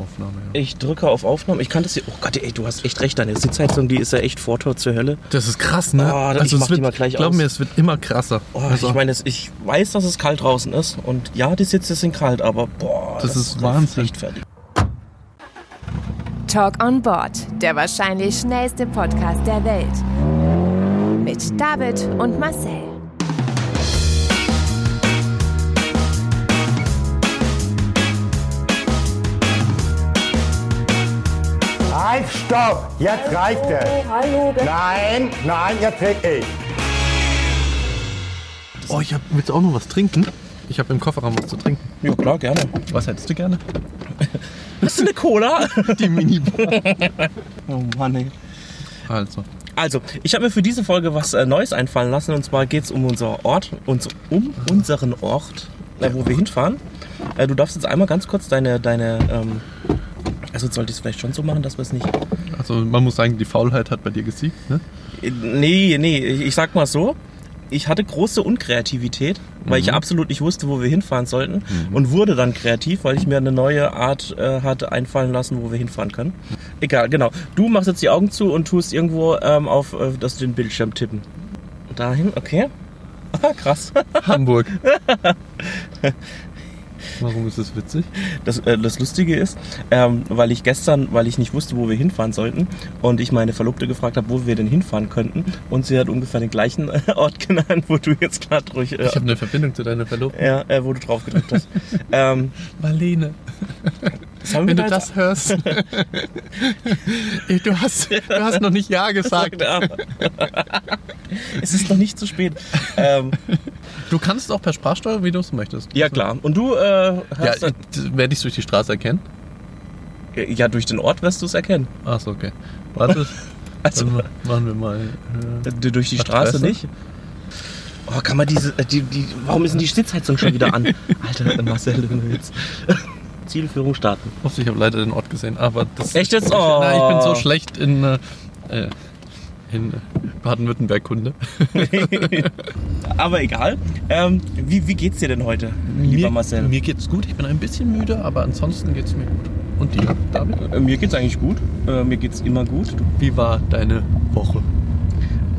Aufnahme. Ja. Ich drücke auf Aufnahme. Ich kann das hier. Oh Gott, ey, du hast echt recht, Daniel. Die Zeitung, die ist ja echt Vortor zur Hölle. Das ist krass, ne? Ah, ich es mach die wird, mal gleich glaub aus. mir, es wird immer krasser. Oh, Also, ich meine, es- ich weiß, dass es kalt draußen ist. Und ja, die Sitze sind kalt, aber boah. Das ist Wahnsinn. Rechtfertigt. Talk on Board, der wahrscheinlich schnellste Podcast der Welt. Mit David und Marcel. Halt, stopp! Jetzt reicht es! Hallo, Nein, nein, jetzt weg ich. oh, ich hab, willst du auch noch was trinken? Ich habe im Kofferraum was zu trinken. Ja, klar, gerne. Was hättest du gerne? Bist du eine Cola? Die Minibar. oh Mann, ey. Also, Also, ich habe mir für diese Folge was äh, Neues einfallen lassen. Und zwar geht es um unser Ort, uns, um unseren Ort, äh, wo wir hinfahren. Äh, du darfst jetzt einmal ganz kurz deine, deine, ähm, also sollte ich es vielleicht schon so machen, dass wir es nicht. also man muss sagen, die Faulheit hat bei dir gesiegt, ne? Äh, Nee, nee, ich ich sag mal so. Ich hatte große Unkreativität, weil ich absolut nicht wusste, wo wir hinfahren sollten. Und wurde dann kreativ, weil ich mir eine neue Art äh, hatte einfallen lassen, wo wir hinfahren können. Egal, genau. Du machst jetzt die Augen zu und tust irgendwo ähm, auf äh, dass du den Bildschirm tippen. Dahin, okay. Ah, krass. Hamburg. Warum ist das witzig? Das, äh, das Lustige ist, ähm, weil ich gestern, weil ich nicht wusste, wo wir hinfahren sollten und ich meine Verlobte gefragt habe, wo wir denn hinfahren könnten und sie hat ungefähr den gleichen äh, Ort genannt, wo du jetzt gerade durch, äh, Ich habe eine Verbindung zu deiner Verlobten. ja, äh, wo du drauf gedrückt hast. ähm, Marlene, das haben wenn wir du da jetzt- das hörst. Ey, du, hast, du hast noch nicht Ja gesagt. es ist noch nicht zu spät. Ähm, Du kannst auch per Sprachsteuer, wie du es möchtest. Also, ja klar. Und du äh, Ja, hast ja, ich- werde ich durch die Straße erkennen? äh, ja durch den Ort wirst du es erkennen. Achso, okay. Warte, Also dann machen wir mal. Äh, du- durch die Macht Straße Fresse. nicht. Oh, kann man diese, äh, die, die, warum ist denn die Sitzheizung schon wieder an? Alter, Marcel, du Witz. Zielführung starten. ups, ich habe leider den Ort gesehen, aber das. Echt jetzt? Ich, Oh. na, ich bin so schlecht in, äh, äh, in Baden-Württemberg-Kunde. Aber egal. Ähm, wie, wie geht's dir denn heute, lieber mir, Marcel? Mir geht's gut, ich bin ein bisschen müde, aber ansonsten geht's mir gut. Und dir, David? Äh, mir geht's eigentlich gut. Äh, mir geht's immer gut. Wie war deine Woche?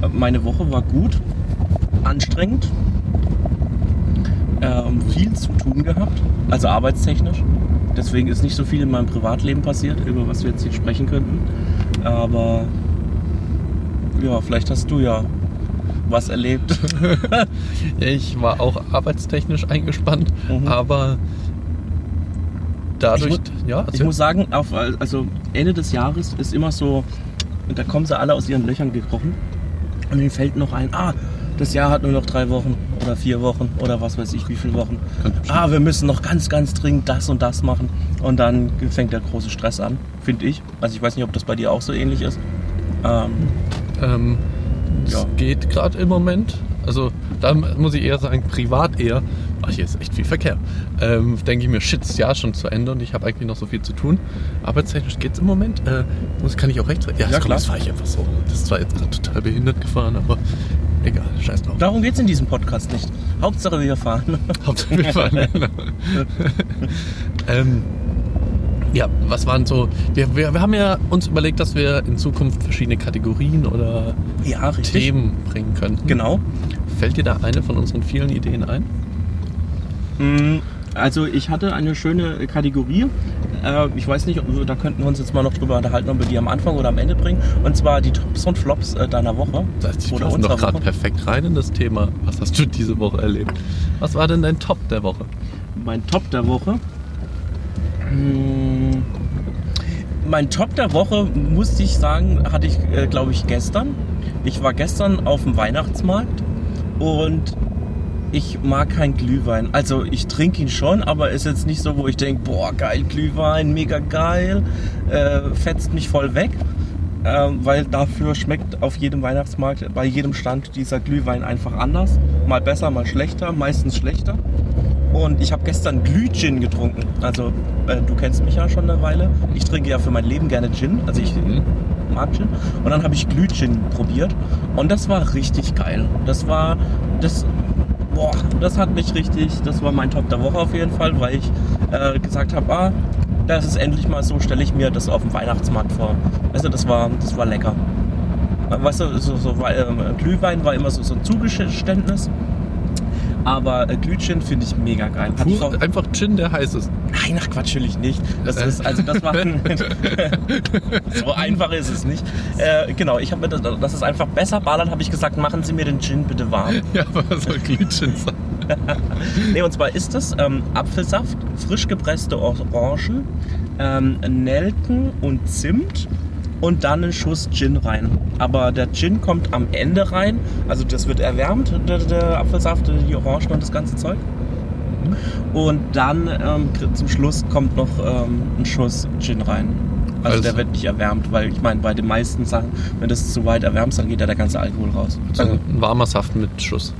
Äh, Meine Woche war gut, anstrengend, ähm, viel zu tun gehabt, also arbeitstechnisch. Deswegen ist nicht so viel in meinem Privatleben passiert, über was wir jetzt hier sprechen könnten. Aber ja, vielleicht hast du ja was erlebt. Ja, Ich war auch arbeitstechnisch eingespannt, Mhm. aber dadurch. Also Ich ja, Ich erzähl. muss sagen, auf, also Ende des Jahres ist immer so, und da kommen sie alle aus ihren Löchern gekrochen und ihnen fällt noch ein, ah, das Jahr hat nur noch drei Wochen oder vier Wochen oder was weiß ich, wie viele Wochen. Ah, wir müssen noch ganz, ganz dringend das und das machen. Und dann fängt der große Stress an, finde ich. Also ich weiß nicht, ob das bei dir auch so ähnlich ist. Ähm, Ähm, Ja. Es geht gerade im Moment. Also da muss ich eher sagen, privat eher. Ach, hier ist echt viel Verkehr. Ähm, Denke ich mir, shit, das Jahr ist schon zu Ende und ich habe eigentlich noch so viel zu tun. Arbeitstechnisch geht es im Moment. Äh, muss, kann ich auch recht Ja, Ja, komm, klar. das war ich einfach so. Das ist zwar jetzt gerade total behindert gefahren, aber egal, scheiß drauf. darum geht es in diesem Podcast nicht. Hauptsache wir fahren. Hauptsache wir fahren. genau. ähm, ja, was waren so. Wir, wir, wir haben ja uns überlegt, dass wir in Zukunft verschiedene Kategorien oder ja, richtig. Themen bringen könnten. Genau. Fällt dir da eine von unseren vielen Ideen ein? Mm, Also ich hatte eine schöne Kategorie. Äh, Ich weiß nicht, ob- da könnten wir uns jetzt mal noch drüber unterhalten, ob wir die am Anfang oder am Ende bringen. Und zwar die Tops und Flops äh, deiner Woche. Das oder passt unserer doch gerade Woche. perfekt rein in das Thema. Was hast du diese Woche erlebt? Was war denn dein Top der Woche? Mein Top der Woche. Mm, Mein Top der Woche, musste ich sagen, hatte ich, glaube ich, gestern. Ich war gestern auf dem Weihnachtsmarkt und ich mag keinen Glühwein. Also ich trinke ihn schon, aber ist jetzt nicht so, wo ich denke, boah, geil, Glühwein, mega geil, äh, fetzt mich voll weg. Ähm, weil dafür schmeckt auf jedem Weihnachtsmarkt, bei jedem Stand dieser Glühwein einfach anders. Mal besser, mal schlechter, meistens schlechter. Und ich habe gestern Glüh-Gin getrunken. Also äh, du kennst mich ja schon eine Weile. Ich trinke ja für mein Leben gerne Gin. Also ich mag Gin. Und dann habe ich Glüh-Gin probiert. Und das war richtig geil. Das war, das, boah, das hat mich richtig, das war mein Top der Woche auf jeden Fall, weil ich äh, gesagt habe, ah, das ist endlich mal so, stelle ich mir das auf dem Weihnachtsmarkt vor. Weißt du, das war, das war lecker. Weißt du, so, so, weil, ähm, Glühwein war immer so, so ein Zugeständnis. Aber äh, Glühgin finde ich mega geil. Hatte ich auch, Pur, einfach Gin, der heiß ist. nein, ach Quatsch, natürlich nicht. Das ist, also das war so einfach ist es nicht. Äh, genau, ich habe mir das, das ist einfach besser ballern, habe ich gesagt, machen Sie mir den Gin bitte warm. Ja, aber was soll Glühgin sein? Nee, und zwar ist das ähm, Apfelsaft, frisch gepresste Orangen, ähm, Nelken und Zimt und dann einen Schuss Gin rein. Aber der Gin kommt am Ende rein, also das wird erwärmt, der, der Apfelsaft, die Orangen und das ganze Zeug. Und dann ähm, kri- zum Schluss kommt noch ähm, ein Schuss Gin rein. Also, Also- der wird nicht erwärmt, weil ich meine, bei den meisten Sachen, wenn das zu weit erwärmst, dann geht da der ganze Alkohol raus. So Also ein warmer Saft mit Schuss.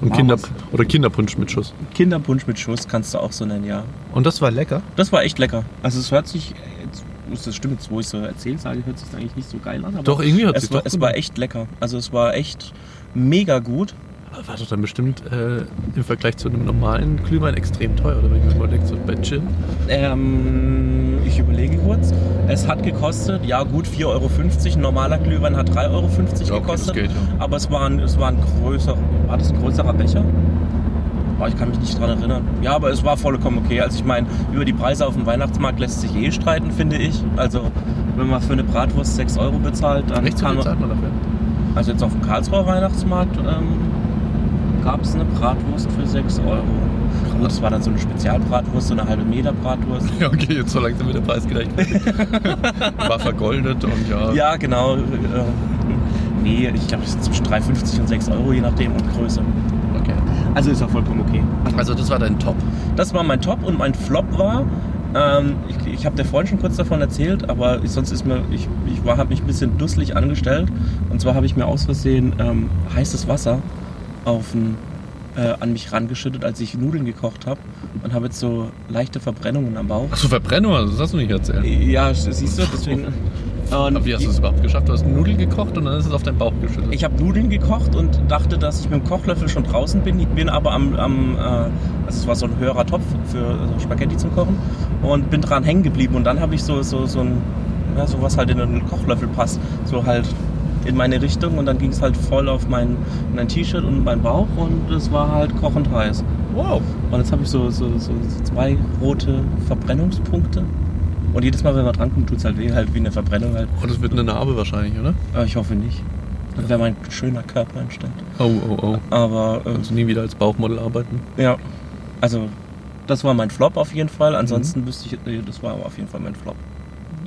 Und Warmer Kinder, Saft. oder Kinderpunsch mit Schuss. Kinderpunsch mit Schuss kannst du auch so nennen, ja. Und das war lecker. Das war echt lecker. Also es hört sich, jetzt muss das stimmt, jetzt wo ich so erzählt sage, hört sich eigentlich nicht so geil an. Aber Doch, irgendwie hört es sich war, doch Es gut war an. echt lecker. Also es war echt mega gut. Aber war doch dann bestimmt äh, im Vergleich zu einem normalen Glühwein extrem teuer. Oder wenn ich mir mal denke, so bei Gin. Ähm, ich überlege kurz. Es hat gekostet, ja gut, 4,50 Euro. Ein normaler Glühwein hat 3,50 Euro okay, gekostet. das geht, ja. Aber es war, ein, es war ein größer, war das ein größerer Becher? Boah, ich kann mich nicht dran erinnern. Ja, aber es war vollkommen okay. Also ich meine, über die Preise auf dem Weihnachtsmarkt lässt sich eh streiten, finde ich. Also wenn man für eine Bratwurst 6 Euro bezahlt, dann Recht so kann viel man... zahlt man dafür. Also jetzt auf dem Karlsruher Weihnachtsmarkt ähm, gab es eine Bratwurst für 6 Euro. Gut, das war dann so eine Spezialbratwurst, so eine halbe Meter Bratwurst. Ja, okay, jetzt so langsam wird der Preis gleich. war vergoldet und ja. Ja, genau. Äh, nee, ich glaube, es ist zwischen 3,50 und 6 Euro, je nachdem und Größe. Okay. Also ist ja vollkommen okay. Also das war dein Top. Das war mein Top und mein Flop war, ähm, ich, ich habe dir vorhin schon kurz davon erzählt, aber ich, sonst ist mir, ich, ich war, habe mich ein bisschen dusselig angestellt. Und zwar habe ich mir aus Versehen ähm, heißes Wasser auf den, äh, an mich rangeschüttet, als ich Nudeln gekocht habe und habe jetzt so leichte Verbrennungen am Bauch. Achso, Verbrennung, also das hast du nicht erzählt. Ja, siehst du, deswegen. Aber Und wie hast ich- du es überhaupt geschafft? Du hast Nudeln gekocht und dann ist es auf deinen Bauch geschüttet. Ich habe Nudeln gekocht und dachte, dass ich mit dem Kochlöffel schon draußen bin. Ich bin aber am, am äh, also es war so ein höherer Topf für äh, Spaghetti zum Kochen und bin dran hängen geblieben. Und dann habe ich so, so, so ein, ja, so was halt in einen Kochlöffel passt, so halt in meine Richtung. Und dann ging es halt voll auf mein, mein T-Shirt und meinen Bauch und es war halt kochend heiß. wow. Und jetzt habe ich so, so, so, so zwei rote Verbrennungspunkte. Und jedes Mal, wenn man dran kommt, tut es halt weh, halt wie eine Verbrennung halt. Und es wird eine Narbe wahrscheinlich, oder? Aber ich hoffe nicht. Das wäre mein schöner Körper entstellt. Oh, oh, oh. Aber äh, Also nie wieder als Bauchmodel arbeiten. Ja, also das war mein Flop auf jeden Fall. Ansonsten wüsste ich, nee, das war aber auf jeden Fall mein Flop.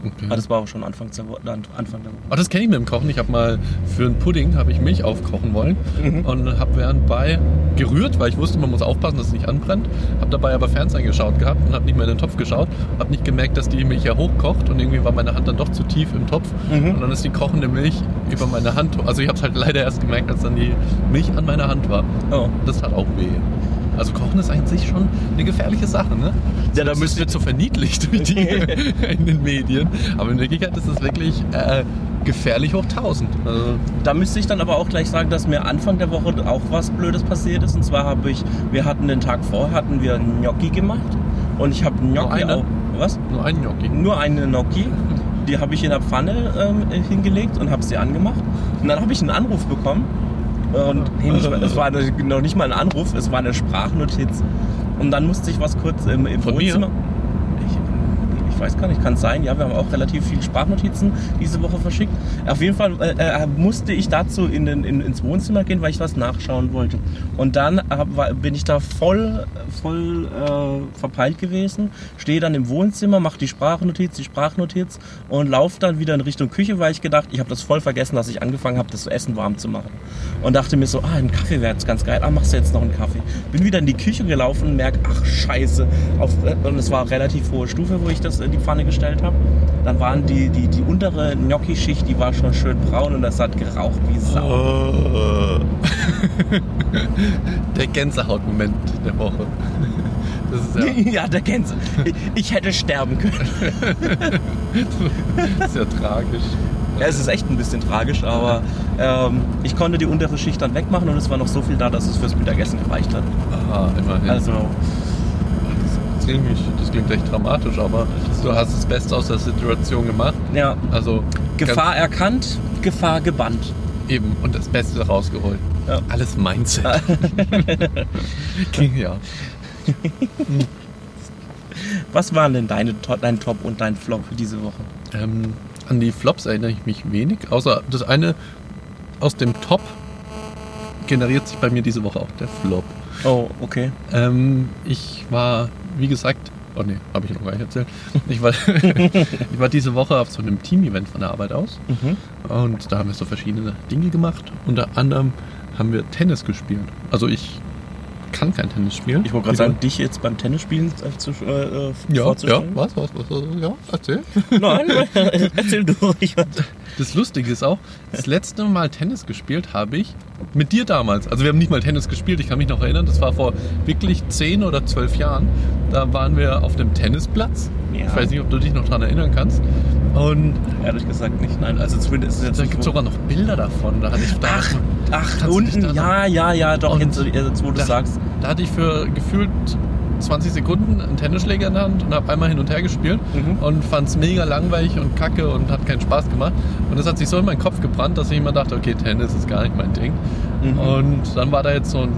Mhm. Okay. Aber das war auch schon Anfang der Woche. Anfang der Woche. Oh, das kenne ich mit dem Kochen. Ich habe mal für einen Pudding habe ich Milch aufkochen wollen und habe während bei gerührt, weil ich wusste, man muss aufpassen, dass es nicht anbrennt. Habe dabei aber Fernsehen geschaut gehabt und habe nicht mehr in den Topf geschaut. Habe nicht gemerkt, dass die Milch ja hochkocht und irgendwie war meine Hand dann doch zu tief im Topf Mhm. und dann ist die kochende Milch über meine Hand. Also ich habe es halt leider erst gemerkt, als dann die Milch an meiner Hand war. Oh. Das hat auch weh. Also Kochen ist an sich schon eine gefährliche Sache, ne? Ja, da Das müsst- wird so verniedlicht durch die in den Medien. Aber in Wirklichkeit ist das wirklich äh, gefährlich hoch 1000. Also, Da müsste ich dann aber auch gleich sagen, dass mir Anfang der Woche auch was Blödes passiert ist. Und zwar habe ich, wir hatten den Tag vorher, hatten wir Gnocchi gemacht. Und ich habe Gnocchi eine? auch. Was? nur ein Gnocchi. nur eine Gnocchi. Die habe ich in der Pfanne ähm, hingelegt und habe sie angemacht. Und dann habe ich einen Anruf bekommen. Äh, Und nee, nicht, mal- es war eine, noch nicht mal ein Anruf, es war eine Sprachnotiz. Und dann musste ich was kurz im, im Von mir? Wohnzimmer. Ich, ich weiß gar nicht, kann es sein. Ja, wir haben auch relativ viele Sprachnotizen diese Woche verschickt. Auf jeden Fall äh, äh, musste ich dazu in den, in, ins Wohnzimmer gehen, weil ich was nachschauen wollte. Und dann hab, war, bin ich da voll, voll äh, verpeilt gewesen, stehe dann im Wohnzimmer, mache die Sprachnotiz, die Sprachnotiz und laufe dann wieder in Richtung Küche, weil ich gedacht, ich habe das voll vergessen, dass ich angefangen habe, das Essen warm zu machen. Und dachte mir so, ah, ein Kaffee wäre jetzt ganz geil. Ah, machst du jetzt noch einen Kaffee? Bin wieder in die Küche gelaufen und merke, ach scheiße. Auf, und es war relativ hohe Stufe, wo ich das in die Pfanne gestellt habe. Dann waren die, die, die untere Gnocchi-Schicht, die war schon schön braun und das hat geraucht wie Sau. Oh. Der Gänsehautmoment der Woche. Das ist ja, Ja, der Gänse. Ich, ich hätte sterben können. das ist ja tragisch. Ja, es ist echt ein bisschen tragisch, aber ähm, ich konnte die untere Schicht dann wegmachen und es war noch so viel da, dass es fürs Mittagessen gereicht hat. Aha, immerhin. Also, das, klingt, mich- das das klingt echt dramatisch, aber du hast das Beste aus der Situation gemacht. Ja. Also Gefahr erkannt, Gefahr gebannt. Ganz eben und das Beste rausgeholt. Ja. Alles Mindset. ja. Was waren denn deine, To- dein Top und dein Flop für diese Woche? Ähm, an die Flops erinnere ich mich wenig, außer das eine aus dem Top generiert sich bei mir diese Woche auch der Flop. Oh, okay. Ähm, ich war, wie gesagt, oh nee, habe ich noch gar nicht erzählt. Ich war, ich war diese Woche auf so einem Team-Event von der Arbeit aus Mhm. und da haben wir so verschiedene Dinge gemacht. Unter anderem haben wir Tennis gespielt. Also ich kann kein Tennis spielen. Ich wollte gerade sagen, dich jetzt beim Tennisspielen äh, zu, äh, äh, ja, ja, vorzustellen. was, was, was, was, ja, erzähl. Nein, erzähl du. Ich Das Lustige ist auch, das letzte Mal Tennis gespielt habe ich mit dir damals. Also wir haben nicht mal Tennis gespielt, ich kann mich noch erinnern, das war vor wirklich 10 oder 12 Jahren. Da waren wir auf dem Tennisplatz. Ja. Ich weiß nicht, ob du dich noch daran erinnern kannst. Und Ehrlich gesagt nicht, nein. Also zumindest ist jetzt da nicht gibt es so- sogar noch Bilder davon. Da hatte ich da Ach, ach, Kannst du dich unten, da ja, ja, ja, doch, Und jetzt, äh, jetzt wo du da, sagst. Da hatte ich für gefühlt 20 Sekunden einen Tennisschläger in der Hand und habe einmal hin und her gespielt Mhm. und fand es mega langweilig und kacke und hat keinen Spaß gemacht. Und das hat sich so in meinen Kopf gebrannt, dass ich immer dachte, okay, Tennis ist gar nicht mein Ding. Mhm. Und dann war da jetzt so ein,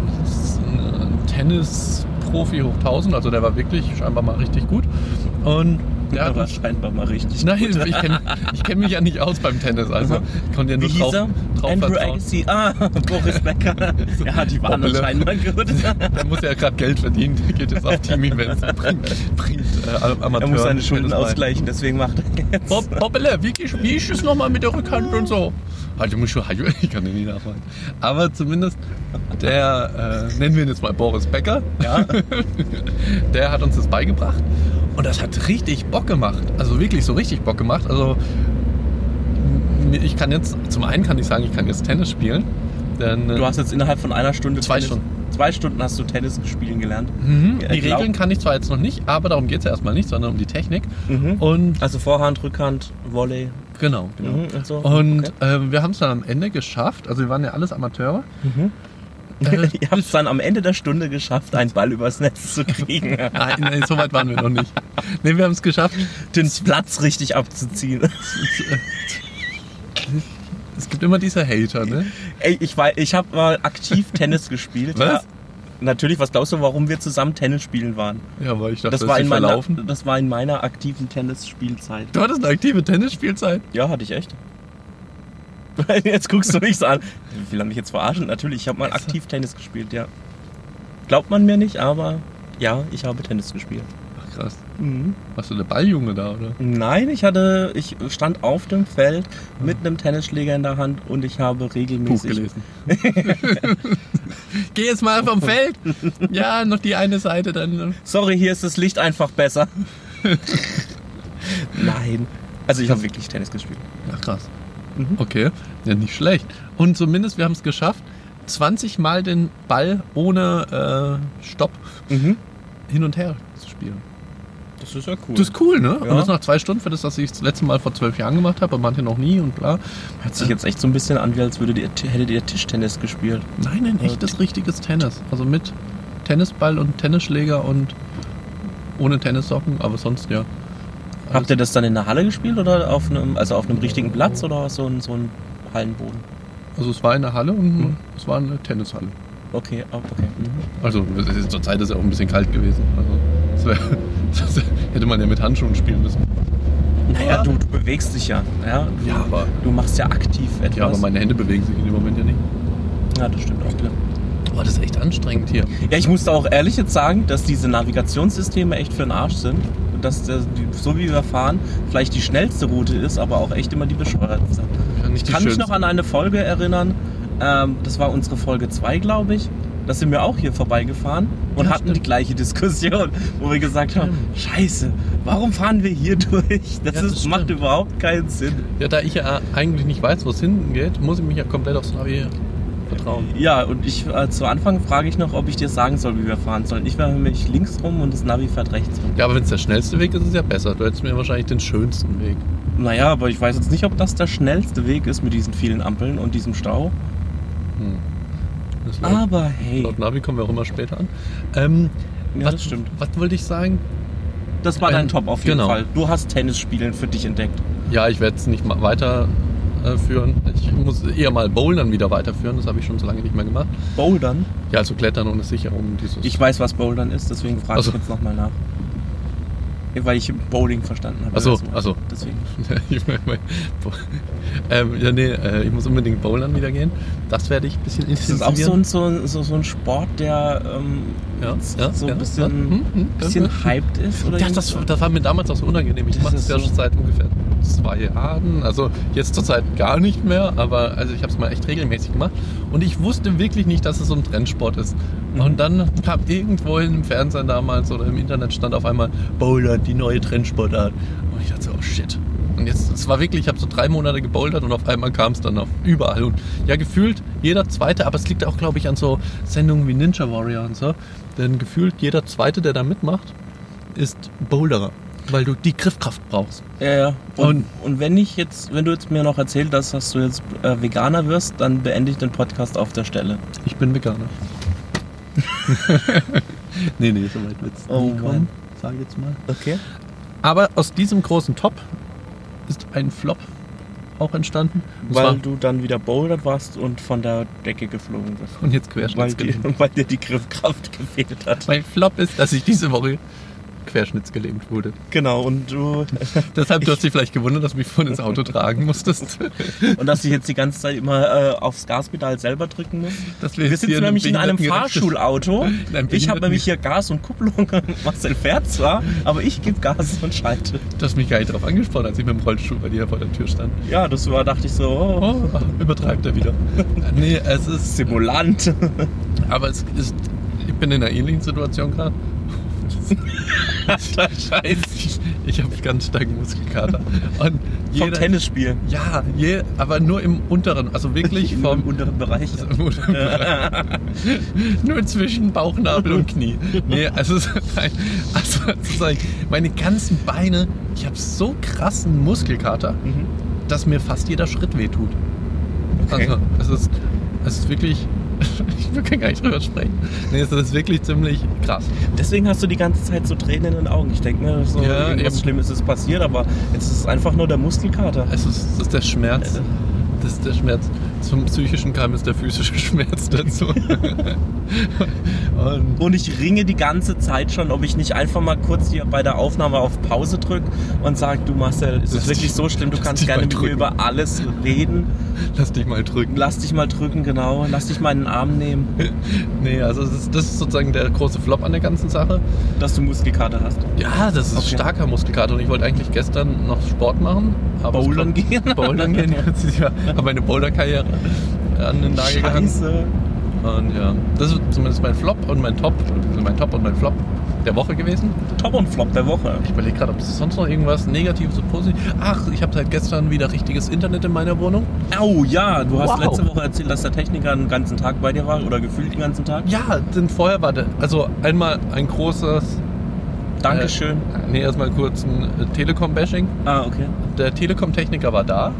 ein Tennis-Profi hoch 1000, also der war wirklich scheinbar mal richtig gut. Und der Ja, hat war uns scheinbar mal richtig. Nein, ich kenne ich kenn mich ja nicht aus beim Tennis, also Mhm. ich konnte ja Wie nur hieß drauf, er? drauf Andrew vertrauen. Agassi. Ah, Boris Becker. ja, die waren Hoppele. anscheinend gut. Der muss ja gerade Geld verdienen, der geht jetzt auf Team-Events, bringt, bringt äh, Amateur. er muss seine Schulden ausgleichen, deswegen macht er jetzt. Hoppele, wie, gesch- wie ist es nochmal mit der Rückhand und so? Halt, ich muss schon, halt, ich kann den nicht nachmachen. Aber zumindest der, äh, nennen wir ihn jetzt mal Boris Becker, Ja. der hat uns das beigebracht und das hat richtig Bock gemacht. Also wirklich so richtig Bock gemacht. Also m- ich kann jetzt, zum einen kann ich sagen, ich kann jetzt Tennis spielen. Denn, äh, Du hast jetzt innerhalb von einer Stunde. Zwei Tennis, Zwei Stunden hast du Tennis spielen gelernt. Mhm, Ja, die glaub- Regeln kann ich zwar jetzt noch nicht, aber darum geht es ja erstmal nicht, sondern um die Technik. Mhm. Und Also Vorhand, Rückhand, Volley. genau, genau. Mhm, und so. Und Okay. ähm, wir haben es dann am Ende geschafft. Also wir waren ja alles Amateure. Mhm. Äh, Ihr habt es dann am Ende der Stunde geschafft, einen Ball übers Netz zu kriegen. nein, nein, so weit waren wir noch nicht. Nee, wir haben es geschafft. Den Platz richtig abzuziehen. Es gibt immer diese Hater, ne? Ey, ich, war- ich habe mal aktiv Tennis gespielt. Was? Ja. Natürlich, was glaubst du, warum wir zusammen Tennis spielen waren? Ja, weil ich dachte, Das, war, in ist meiner, verlaufen. das war in meiner aktiven Tennisspielzeit. Du hattest eine aktive Tennisspielzeit. Ja, hatte ich echt. Jetzt guckst du mich so an. Will er mich jetzt verarschen? Natürlich, ich habe mal aktiv Tennis gespielt, ja. Glaubt man mir nicht, aber ja, ich habe Tennis gespielt. Ach krass. Mhm. Warst du der Balljunge da, oder? Nein, ich hatte, ich stand auf dem Feld mit einem Tennisschläger in der Hand und ich habe Buch regelmäßig. gelesen. Geh jetzt mal vom Feld. Ja, noch die eine Seite, dann ne? Sorry, hier ist das Licht einfach besser. Nein. Also ich habe wirklich Tennis gespielt. Ach krass. Mhm. Okay, ja nicht schlecht. Und zumindest wir haben es geschafft, 20 Mal den Ball ohne äh, Stopp Mhm. hin und her zu spielen. Das ist ja cool. Das ist cool, ne? Ja. Und das nach zwei Stunden für das, was ich das letzte Mal vor zwölf Jahren gemacht habe und manche noch nie und bla. Hört sich jetzt echt so ein bisschen an, wie als würde die, hättet ihr Tischtennis gespielt. Nein, ein echtes, richtiges Tennis. Also mit Tennisball und Tennisschläger und ohne Tennissocken, aber sonst ja. Habt ihr das dann in der Halle gespielt oder auf einem, also auf einem richtigen Platz oder so ein, so ein Hallenboden? Also es war in der Halle und Mhm. es war eine Tennishalle. Okay, oh, okay. Mhm. Also es ist, zur Zeit ist es auch ein bisschen kalt gewesen. Also das, wär, das hätte man ja mit Handschuhen spielen müssen. Naja, du, du bewegst dich ja. ja. Ja, aber Du machst ja aktiv etwas. Ja, aber meine Hände bewegen sich in dem Moment ja nicht. ja das stimmt auch wieder. Boah, das ist echt anstrengend hier. Ja, ich musste auch ehrlich jetzt sagen, dass diese Navigationssysteme echt für den Arsch sind. Und Dass der, die, so wie wir fahren, vielleicht die schnellste Route ist, aber auch echt immer die bescheuertste. Ja, nicht Ich kann mich noch an eine Folge erinnern, ähm, das war unsere Folge 2, glaube ich. Da sind wir auch hier vorbeigefahren und Ja, hatten die stimmt. gleiche Diskussion, wo wir gesagt haben, scheiße, warum fahren wir hier durch? Das, Ja, das ist, macht stimmt. überhaupt keinen Sinn. Ja, da ich ja eigentlich nicht weiß, wo es hingeht, muss ich mich ja komplett aufs Navi vertrauen. Ja, und ich äh, zu Anfang frage ich noch, ob ich dir sagen soll, wie wir fahren sollen. Ich fahre nämlich links rum und das Navi fährt rechts rum. Ja, aber wenn es der schnellste Weg ist, ist es ja besser. Du hättest mir wahrscheinlich den schönsten Weg. Naja, aber ich weiß jetzt nicht, ob das der schnellste Weg ist mit diesen vielen Ampeln und diesem Stau. Hm. Das laut, Aber hey, laut Navi kommen wir auch immer später an. Ähm, ja, was, das stimmt. Was wollte ich sagen? Das war dein Ähm, Top auf jeden genau. Fall. Du hast Tennisspielen für dich entdeckt. Ja, ich werde es nicht mal weiterführen. Ich muss eher mal Bouldern wieder weiterführen. Das habe ich schon so lange nicht mehr gemacht. Bouldern? Ja, also Klettern ohne Sicherung. Dieses Ich weiß, was Bouldern ist, deswegen frage Also. ich jetzt nochmal nach. Weil ich Bowling verstanden habe. Ach so, letztes Mal. ach so. Deswegen. Ich mein, mein- Bo- ähm, ja, nee, äh, ich muss unbedingt Bouldern wieder gehen. Das werde ich ein bisschen Das ist auch so intensivieren. ein, so, ein- so, so ein Sport, der ähm, Ja, ja, so ja, ein bisschen, ja. Hm, hm, bisschen ja. hyped ist. Oder ja, das, irgendwie so. das war mir damals auch so unangenehm. Ich Das mache es ist ja so- schon seit ungefähr zwei Jahren. Also jetzt zurzeit gar nicht mehr, aber also ich habe es mal echt regelmäßig gemacht. Und ich wusste wirklich nicht, dass es so ein Trendsport ist. Mhm. Und dann kam irgendwo im Fernsehen damals oder im Internet stand auf einmal Boulder, die neue Trendsportart. Und ich dachte so, oh shit. Und jetzt, es war wirklich, ich habe so drei Monate gebouldert und auf einmal kam es dann auf überall. Und ja, gefühlt jeder Zweite, aber es liegt auch, glaube ich, an so Sendungen wie Ninja Warrior und so. Denn gefühlt jeder Zweite, der da mitmacht, ist Boulderer, weil du die Griffkraft brauchst. ja, ja. Und, Und- und wenn ich jetzt, wenn du jetzt mir noch erzählt hast, dass du jetzt äh, Veganer wirst, dann beende ich den Podcast auf der Stelle. Ich bin Veganer. nee, nee, so weit wird's Oh nie kommen, Mann. sag jetzt mal. Okay. Aber aus diesem großen Top ist ein Flop auch entstanden. Und Weil zwar- du dann wieder bouldert warst und von der Decke geflogen bist. und jetzt Weil, die, querschnittsgelähmt. weil dir die Griffkraft gefehlt hat. Mein Flop ist, dass ich diese Woche querschnittsgelähmt wurde. Genau, und du. Deshalb, du hast dich vielleicht gewundert, dass du mich vorhin ins Auto tragen musstest. Und dass ich jetzt die ganze Zeit immer äh, aufs Gaspedal selber drücken muss. Dass Wir jetzt hier sitzen nämlich in einem behindertengerechtes- Fahrschulauto. In einem Ich habe nämlich behinderten- hier Gas und Kupplung. Marcel fährt zwar, aber ich gebe Gas und schalte. Du hast mich gar nicht darauf angesprochen, als ich mit dem Rollstuhl bei dir vor der Tür stand. Ja, das war, dachte ich so, oh, Oh, übertreibt er wieder. Nee, es ist Simulant. Aber es ist, ich bin in einer ähnlichen Situation gerade. Scheiße. Ich habe ganz starken Muskelkater. Und Vom jeder, Tennisspiel. Ja, je, aber nur im unteren, also wirklich In vom dem unteren Bereich. im unteren Bereich. nur zwischen Bauchnabel und Knie. Nee, also, es- also sozusagen, meine ganzen Beine, ich habe so krassen Muskelkater, Mhm. dass mir fast jeder Schritt wehtut. Okay. Also, es ist, es ist wirklich. Ich kann gar nicht drüber sprechen. Nee, es ist wirklich ziemlich krass. Deswegen hast du die ganze Zeit so Tränen in den Augen. Ich denke mir, so Ja, irgendwas eben. Schlimmes ist passiert, aber jetzt ist es einfach nur der Muskelkater. Also Es ist, das ist der Schmerz. Das ist der Schmerz. Zum psychischen kam jetzt der physische Schmerz dazu. Und Und ich ringe die ganze Zeit schon, ob ich nicht einfach mal kurz hier bei der Aufnahme auf Pause drücke und sage, du Marcel, es ist Lass wirklich dich- so schlimm, du lass kannst dich gerne mal mit mir drücken. über alles reden. lass dich mal drücken. Lass dich mal drücken, genau. Lass dich mal in den Arm nehmen, Nee, also das ist, das ist sozusagen der große Flop an der ganzen Sache. dass du Muskelkater hast. Ja, das ist Okay. starker Muskelkater und ich wollte eigentlich gestern noch Sport machen. Aber es Bowlern klappt- gehen? Bowlern gehen, ja. Habe meine Bowlerkarriere an den Nagel gehangen. Scheiße. Und ja, das ist zumindest mein Flop und mein Top, also mein Top und mein Flop der Woche gewesen. Top und Flop der Woche. Ich überlege gerade, ob es sonst noch irgendwas Negatives und Positives. Ach, ich habe seit gestern wieder richtiges Internet in meiner Wohnung. Oh ja, du hast Wow. letzte Woche erzählt, dass der Techniker den ganzen Tag bei dir war oder gefühlt den ganzen Tag. Ja, denn vorher war der, also einmal ein großes, Dankeschön. nee, erstmal kurz ein äh, Telekom-Bashing. Ah, okay. Der Telekom-Techniker war da.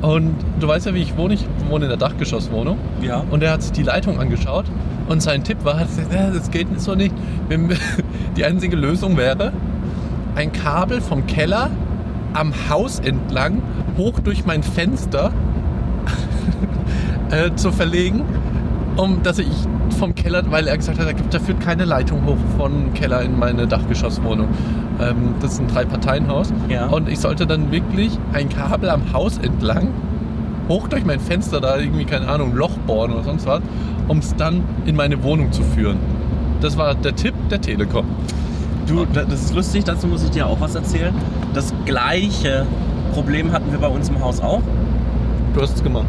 Und du weißt ja, wie ich wohne. Ich wohne in der Dachgeschosswohnung. Ja. Und er hat sich die Leitung angeschaut und sein Tipp war, hat gesagt, "Ja, das geht so nicht. Wir mü- Die einzige Lösung wäre, ein Kabel vom Keller am Haus entlang hoch durch mein Fenster äh, zu verlegen, um dass ich vom Keller, weil er gesagt hat, da gibt- da führt keine Leitung hoch von Keller in meine Dachgeschosswohnung. Ähm, das ist ein Drei-Parteien-Haus. Ja. Und ich sollte dann wirklich ein Kabel am Haus entlang hoch durch mein Fenster da irgendwie, keine Ahnung, ein Loch bohren oder sonst was, um es dann in meine Wohnung zu führen. Das war der Tipp der Telekom. Du, da- das ist lustig, dazu muss ich dir auch was erzählen. Das gleiche Problem hatten wir bei uns im Haus auch. Du hast es gemacht.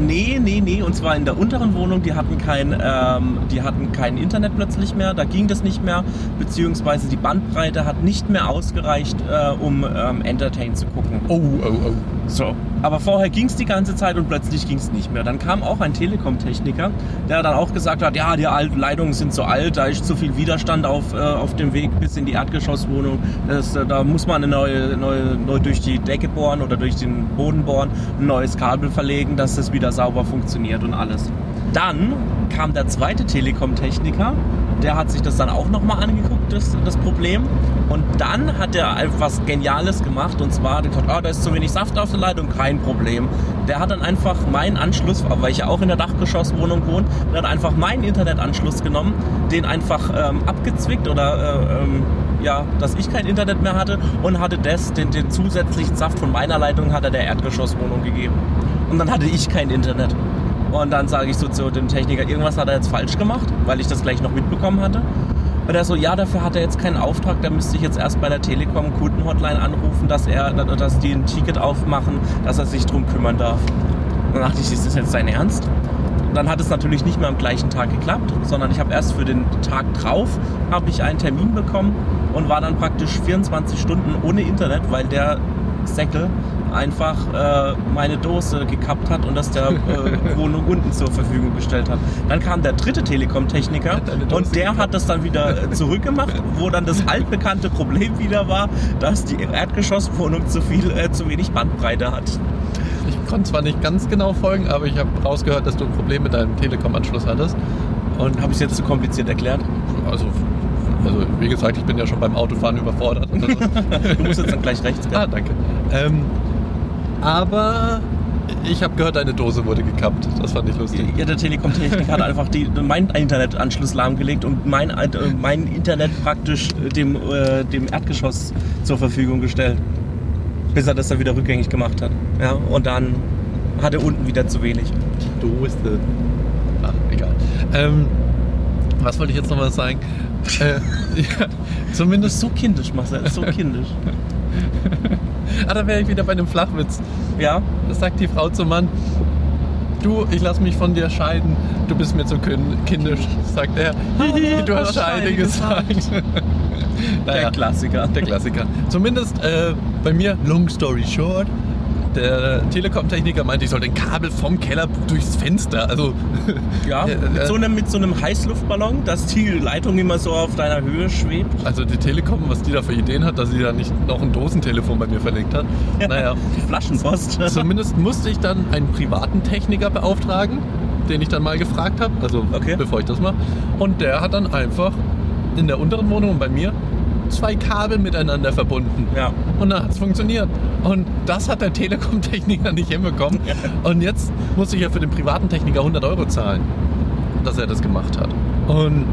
Nee, nee, nee, und zwar in der unteren Wohnung, die hatten kein, ähm, die hatten kein Internet plötzlich mehr, da ging das nicht mehr, beziehungsweise die Bandbreite hat nicht mehr ausgereicht, äh, um ähm, Entertain zu gucken. Oh, oh, oh. So. Aber vorher ging es die ganze Zeit und plötzlich ging es nicht mehr. Dann kam auch ein Telekom-Techniker, der dann auch gesagt hat, ja, die alten Leitungen sind so alt, da ist zu viel Widerstand auf, äh, auf dem Weg bis in die Erdgeschosswohnung. Das, äh, da muss man eine neue, neue, neu durch die Decke bohren oder durch den Boden bohren, ein neues Kabel verlegen, dass das wieder sauber funktioniert und alles. Dann kam der zweite Telekom-Techniker, der hat sich das dann auch nochmal angeguckt, das, das Problem, Und dann hat er etwas Geniales gemacht und zwar hat er gesagt, ah, da ist zu wenig Saft auf der Leitung, kein Problem. Der hat dann einfach meinen Anschluss, weil ich ja auch in der Dachgeschosswohnung wohne, der hat einfach meinen Internetanschluss genommen, den einfach ähm, abgezwickt oder äh, ähm, ja, dass ich kein Internet mehr hatte und hatte das, den, den zusätzlichen Saft von meiner Leitung hat er der Erdgeschosswohnung gegeben. Und dann hatte ich kein Internet. Und dann sage ich so zu dem Techniker, irgendwas hat er jetzt falsch gemacht, weil ich das gleich noch mitbekommen hatte. Und er so, ja, dafür hat er jetzt keinen Auftrag, da müsste ich jetzt erst bei der Telekom Kundenhotline anrufen, dass er, dass die ein Ticket aufmachen, dass er sich drum kümmern darf. Und dann dachte ich, ist das jetzt sein Ernst? Dann hat es natürlich nicht mehr am gleichen Tag geklappt, sondern ich habe erst für den Tag drauf habe ich einen Termin bekommen und war dann praktisch 24 Stunden ohne Internet, weil der Säckel einfach äh, meine Dose gekappt hat und das der äh, Wohnung unten zur Verfügung gestellt hat. Dann kam der dritte Telekom-Techniker Hat deine Dose und der hat das dann wieder äh, zurückgemacht, wo dann das altbekannte Problem wieder war, dass die Erdgeschosswohnung zu viel, äh, zu wenig Bandbreite hat. Ich konnte zwar nicht ganz genau folgen, aber ich habe rausgehört, dass du ein Problem mit deinem Telekom-Anschluss hattest. Und Habe ich es jetzt zu kompliziert erklärt? also, also, wie gesagt, ich bin ja schon beim Autofahren überfordert. Und das ist, Du musst jetzt dann gleich rechts gehen. Ah, danke. Ähm, aber ich habe gehört, deine Dose wurde gekappt. Das fand ich lustig. Ja, der Telekom-Techniker hat einfach die, meinen Internetanschluss lahmgelegt und mein, äh, mein Internet praktisch dem, äh, dem Erdgeschoss zur Verfügung gestellt. Bis er das dann wieder rückgängig gemacht hat. Ja, und dann hat er unten wieder zu wenig. Dose. Ach, Ah, egal. Ähm, was wollte ich jetzt nochmal sagen? Äh, ja, Das zumindest ist so kindisch, Marcel, das ist so kindisch. Ah, da wäre ich wieder bei einem Flachwitz. Ja, Das sagt die Frau zum Mann. Du, ich lass mich von dir scheiden. Du bist mir zu kin- kindisch, sagt er. Hihi, du hast Scheide gesagt. der Klassiker. Der Klassiker. Zumindest äh, bei mir, long story short, der Telekom-Techniker meinte, ich soll den Kabel vom Keller durchs Fenster. Also, Ja, Äh, mit äh, so, einem, mit so einem Heißluftballon, dass die Leitung immer so auf deiner Höhe schwebt. also die Telekom, was die da für Ideen hat, dass sie da nicht noch ein Dosentelefon bei mir verlinkt hat. Naja, Flaschenpost. zumindest musste ich dann einen privaten Techniker beauftragen, den ich dann mal gefragt habe, also Okay. bevor ich das mache. Und der hat dann einfach in der unteren Wohnung und bei mir zwei Kabel miteinander verbunden. Ja. Und dann hat es funktioniert. Und das hat der Telekom-Techniker nicht hinbekommen. Und jetzt muss ich ja für den privaten Techniker 100 Euro zahlen, dass er das gemacht hat. Und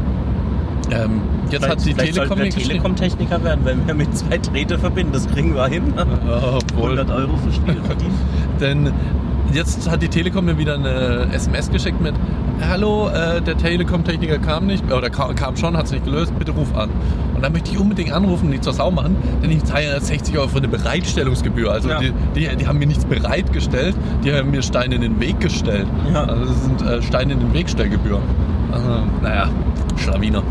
ähm, jetzt hat die Telekom vielleicht sollten wir mir geschrieben. Telekom-Techniker werden, wenn wir mit zwei Drähte verbinden. Das kriegen wir hin. Obwohl, 100 Euro für Spiel verdienen. Denn jetzt hat die Telekom mir wieder eine SMS geschickt mit Hallo, äh, der Telekom-Techniker kam nicht, äh, oder ka- kam schon, hat es nicht gelöst, bitte ruf an. Und dann möchte ich unbedingt anrufen und die zur Sau machen, denn ich zahle ja 60 Euro für eine Bereitstellungsgebühr. Also Ja. die, die, die haben mir nichts bereitgestellt, die haben mir Steine in den Weg gestellt. Ja. Also das sind äh, Steine in den Wegstellgebühren. Äh, naja, Schlawiner.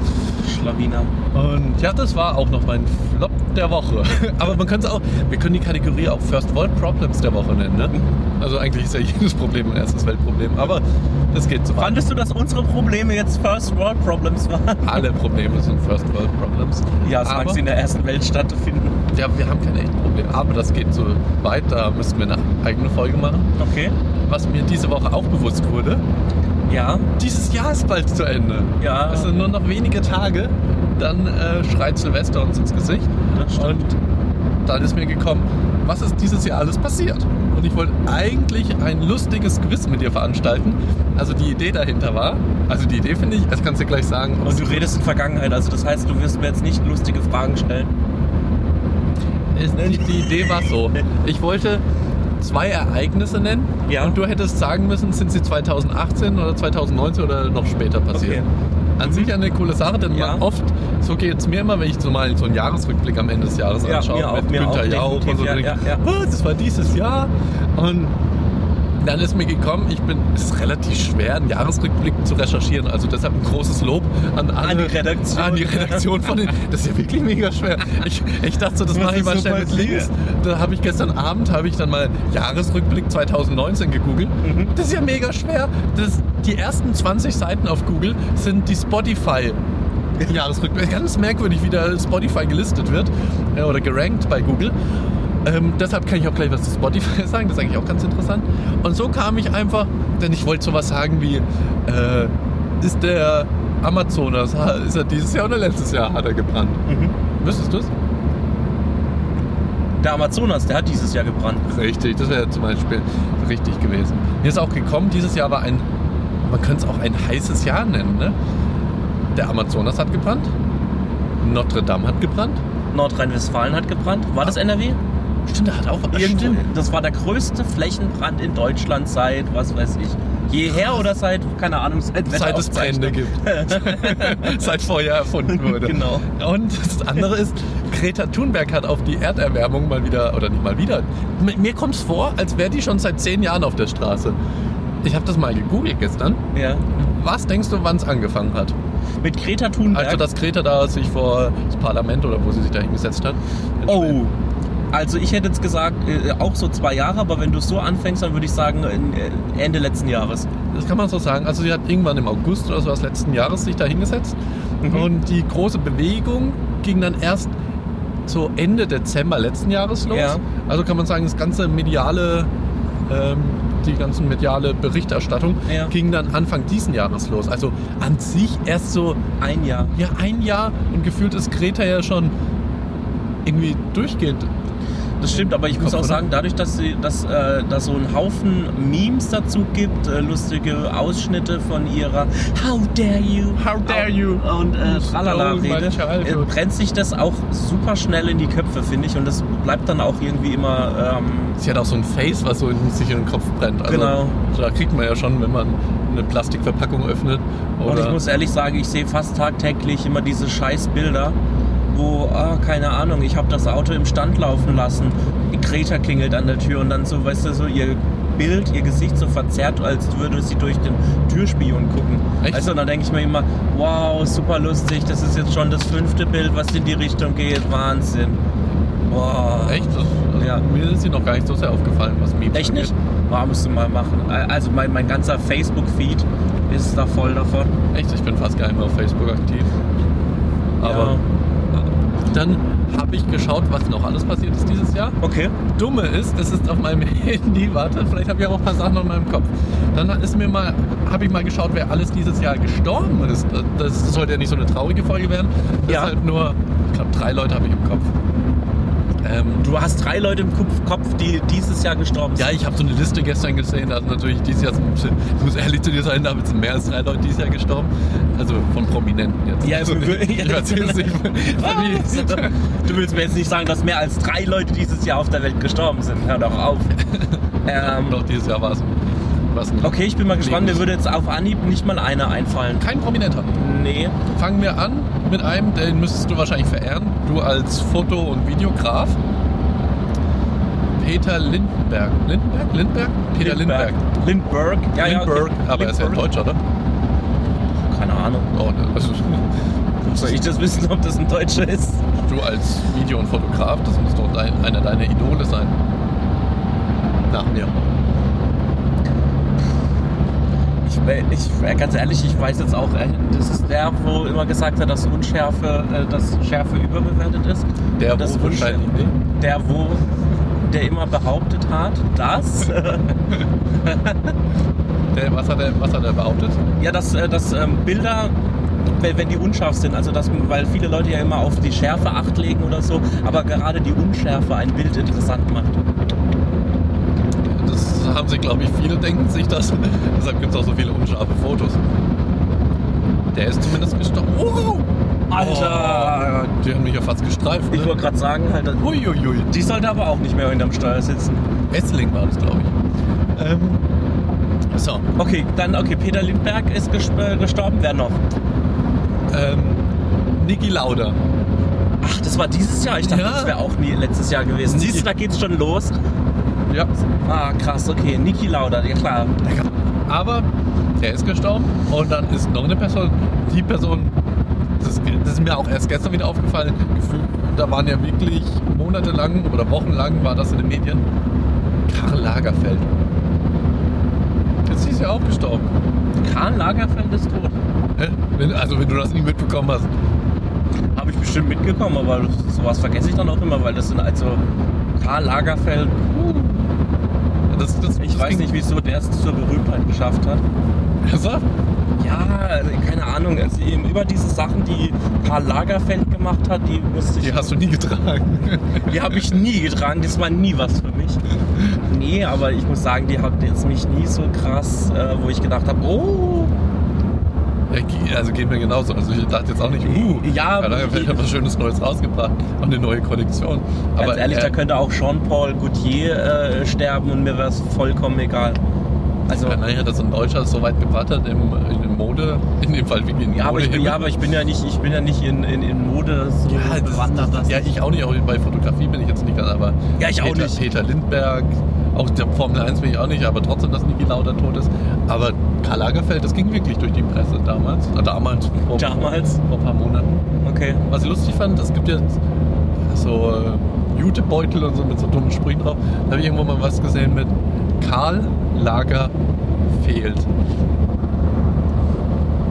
Schlawiner. Und ja, das war auch noch mein Flop der Woche. Aber man könnte es auch, wir können die Kategorie auch First World Problems der Woche nennen, ne? Mhm. Also eigentlich ist ja jedes Problem ein erstes Weltproblem, aber das geht so weit. Fandest du, dass unsere Probleme jetzt First World Problems waren? Alle Probleme sind First World Problems. Ja, es mag aber, sie in der ersten Welt stattfinden. ja, wir haben keine echten Probleme, aber das geht so weit, da müssten wir eine eigene Folge machen. Okay. Was mir diese Woche auch bewusst wurde, Ja, dieses Jahr ist bald zu Ende. Ja. Es sind nur noch wenige Tage, dann äh, schreit Silvester uns ins Gesicht. das stimmt. Und dann ist mir gekommen, was ist dieses Jahr alles passiert? Und ich wollte eigentlich ein lustiges Quiz mit dir veranstalten. Also die Idee dahinter war, also die Idee finde ich, das kannst du gleich sagen. ob Und du es- redest in Vergangenheit, also das heißt, du wirst mir jetzt nicht lustige Fragen stellen. ist, Ne? die, die Idee war so. Ich wollte zwei Ereignisse nennen Ja. und du hättest sagen müssen, sind sie 2018 oder 2019 oder noch später passiert. Okay. Mhm. An sich eine coole Sache, denn Ja. man oft, so geht es mir immer, wenn ich so mal so einen Jahresrückblick am Ende des Jahres Ja, anschaue, mir auch, mit mir Günther auch, Jauch und so, definitiv, denke ja, ich, ja, was, das war dieses Jahr? Und dann ist mir gekommen, ich bin, es ist relativ schwer, einen Jahresrückblick zu recherchieren, also deshalb ein großes Lob an alle. An die Redaktion. An die Redaktion von den, das ist ja wirklich mega schwer. Ich, ich dachte so, das Was mache ich ist mal so schnell mit passiert? links. Da habe ich gestern Abend habe ich dann mal Jahresrückblick 2019 gegoogelt. Mhm. Das ist ja mega schwer. Das, die ersten 20 Seiten auf Google sind die Spotify. Jahresrückblick. Ganz merkwürdig, wie da Spotify gelistet wird äh, oder gerankt bei Google. Ähm, deshalb kann ich auch gleich was zu Spotify sagen, das ist eigentlich auch ganz interessant. Und so kam ich einfach, denn ich wollte sowas sagen wie, äh, ist Mhm. der Amazonas, ha- ist er dieses Jahr oder letztes Jahr hat er gebrannt? Wüsstest du es? Der Amazonas, der hat dieses Jahr gebrannt. Richtig, das wäre zum Beispiel richtig gewesen. Mir ist auch gekommen, dieses Jahr war ein, man könnte es auch ein heißes Jahr nennen. Ne? Der Amazonas hat gebrannt, Notre Dame hat gebrannt. Nordrhein-Westfalen hat gebrannt. War das NRW? Stimmt, da hat auch Stimmt. Das war der größte Flächenbrand in Deutschland seit, was weiß ich, jeher oder seit, keine Ahnung, seit Seit es Brände Wetteraufzeichnung. gibt. Seit Feuer erfunden wurde. Genau. Und das andere ist, Greta Thunberg hat auf die Erderwärmung mal wieder, oder nicht mal wieder, M- mir kommt es vor, als wäre die schon seit zehn Jahren auf der Straße. Ich habe das mal gegoogelt gestern. Ja. Was denkst du, wann es angefangen hat? Mit Greta Thunberg. Also, dass Greta da sich vor das Parlament oder wo sie sich da hingesetzt hat. oh. Also ich hätte jetzt gesagt, äh, auch so zwei Jahre, aber wenn du so anfängst, dann würde ich sagen, in, äh, Ende letzten Jahres. Das kann man so sagen. Also sie hat irgendwann im August oder so des letzten Jahres sich da hingesetzt. Mhm. Und die große Bewegung ging dann erst so Ende Dezember letzten Jahres los. Ja. Also kann man sagen, das ganze mediale, ähm, die ganzen mediale Berichterstattung Ja. ging dann Anfang diesen Jahres los. Also an sich erst so Ein Jahr. ja, ein Jahr und gefühlt ist Greta ja schon irgendwie durchgehend. Das stimmt, aber ich muss Kopf, auch oder? sagen, dadurch, dass, sie, dass äh, da so ein Haufen Memes dazu gibt, äh, lustige Ausschnitte von ihrer How dare you, How dare you? und äh, stole Tralala-Rede, my äh, childhood. brennt sich das auch super schnell in die Köpfe, finde ich. Und das bleibt dann auch irgendwie immer... Ähm, Sie hat auch so ein Face, was so in sich in den Kopf brennt. Also Genau. Da kriegt man ja schon, wenn man eine Plastikverpackung öffnet. Oder und ich muss ehrlich sagen, ich sehe fast tagtäglich immer diese scheiß Bilder, wo, ah, keine Ahnung, ich habe das Auto im Stand laufen lassen, Greta klingelt an der Tür und dann so, weißt du, so ihr Bild, ihr Gesicht so verzerrt, als würde sie durch den Türspion gucken. Echt? Also dann denke ich mir immer, wow, super lustig, das ist jetzt schon das fünfte Bild, was in die Richtung geht, Wahnsinn. Wow. Echt? Das, also Ja. Mir ist sie noch gar nicht so sehr aufgefallen, was Memes Echt angeht. nicht? Wow, musst du mal machen. Also mein, mein ganzer Facebook-Feed ist da voll davon. Echt, ich bin fast gar nicht mehr auf Facebook aktiv. Aber dann habe ich geschaut, was noch alles passiert ist dieses Jahr. Ja. Okay. Dumme ist, es ist auf meinem Handy, warte, vielleicht habe ich auch ein paar Sachen in meinem Kopf. Dann ist mir mal, habe ich mal geschaut, wer alles dieses Jahr gestorben ist. Das sollte ja nicht so eine traurige Folge werden. Ja. Deshalb nur, ich glaube, drei Leute habe ich im Kopf. Ähm, Du hast drei Leute im Kupf- Kopf, die dieses Jahr gestorben sind. ja, ich habe so eine Liste gestern gesehen, also natürlich dieses Jahr sind, ich muss ehrlich zu dir sein, da sind mehr als drei Leute dieses Jahr gestorben. Also von Prominenten jetzt. Ja, genau. Ah, also, wir- ich weiß jetzt nicht. Familie. Du willst mir jetzt nicht sagen, dass mehr als drei Leute dieses Jahr auf der Welt gestorben sind. Hör doch auf. ähm, Doch dieses Jahr war es. war's nicht. okay, ich bin mal gespannt. Mir Lebens- würde jetzt auf Anhieb nicht mal einer einfallen. Kein Prominenter. Nee. Fangen wir an mit einem, den müsstest du wahrscheinlich verehren. Du als Foto- und Videograf. Peter Lindenberg. Lindenberg? Lindberg? Peter Lindberg. Lindberg. Ja, ja, okay. Lindberg, aber er ist ja ein Lindberg. Deutscher, oder? Keine Ahnung. Oh, ne, also, Soll ich das wissen, ob das ein Deutscher ist? du als Video- und Fotograf, das muss doch dein, einer deiner Idole sein. Nach mir. Ich, ich, äh, ganz ehrlich, ich weiß jetzt auch, äh, das ist der, wo immer gesagt hat, dass Unschärfe, äh, dass Schärfe überbewertet ist. Der Und das wo wahrscheinlich nicht. Der, wo, der immer behauptet hat, dass, äh, Der, was, hat er, was hat er behauptet? ja, dass, äh, dass ähm, Bilder, wenn, wenn die unscharf sind, also dass, weil viele Leute ja immer auf die Schärfe Acht legen oder so, aber gerade die Unschärfe ein Bild interessant macht. Das haben sie, glaube ich, viele denken sich das. Deshalb gibt es auch so viele unscharfe Fotos. Der ist zumindest gestorben. Oh! Alter! Die haben mich ja fast gestreift. Oh. Ich Ne? wollte gerade sagen, halt, Uiuiui. die sollte aber auch nicht mehr hinterm Steuer sitzen. Essling war das, glaube ich. Ähm, so. Okay, dann, okay, Peter Lindberg ist ges äh, gestorben, wer noch? Ähm, Niki Lauda. Ach, das war dieses Jahr. Ich dachte, Ja. das wäre auch nie letztes Jahr gewesen. Niki- Siehst du, da geht's schon los. Ja. Ah, krass, okay. Niki Lauda, ja klar. Aber der ist gestorben. Und dann ist noch eine Person. Die Person, das, das ist mir auch erst gestern wieder aufgefallen. Gefühlt, Da waren ja wirklich monatelang oder wochenlang war das in den Medien. Karl Lagerfeld. Jetzt ist ja auch gestorben. Karl Lagerfeld ist tot. Hä? Wenn, also wenn du das nie mitbekommen hast. Habe ich bestimmt mitgekommen, aber das- sowas vergesse ich dann auch immer, weil das sind also Karl Lagerfeld. Das, das, Ich das weiß ging- nicht, wieso der es zur Berühmtheit geschafft hat. Also, Ja, keine Ahnung. Also eben über diese Sachen, die Karl Lagerfeld gemacht hat, die musste ich. Die hast du nie getragen. Die habe ich nie getragen, das war nie was für mich. Nee, aber ich muss sagen, die hat jetzt mich nie so krass, äh, wo ich gedacht habe, oh, Ja, ge- Also geht mir genauso. Also ich dachte jetzt auch nicht, uh, Ja, Karl Lagerfeld hat was Schönes Neues rausgebracht und eine neue Kollektion. ganz ehrlich, äh, da könnte auch Jean-Paul Gaultier äh, sterben und mir wäre es vollkommen egal. Also, ja, naja, dass ein Deutscher so weit gebracht hat im, in dem Mode, in dem Fall wie in ja, aber ich, bin- Modehimmel. ja, aber ich bin ja nicht, ich bin ja nicht in, in, in Mode so Ja, das- bewandert. dass ja, ich auch nicht, auch bei Fotografie bin ich jetzt nicht ganz, aber Ja, ich auch Peter, nicht. Peter Lindberg, auch der Formel 1 bin ich auch nicht, aber trotzdem, dass Niki Lauda tot ist. Aber Karl Lagerfeld, das ging wirklich durch die Presse damals, äh, damals, vor, Damals? vor ein paar Monaten. Okay. Was ich lustig fand, es gibt jetzt so äh, Jutebeutel und so mit so dummen Sprüchen drauf. Da habe ich irgendwo mal was gesehen mit Karl Lager fehlt.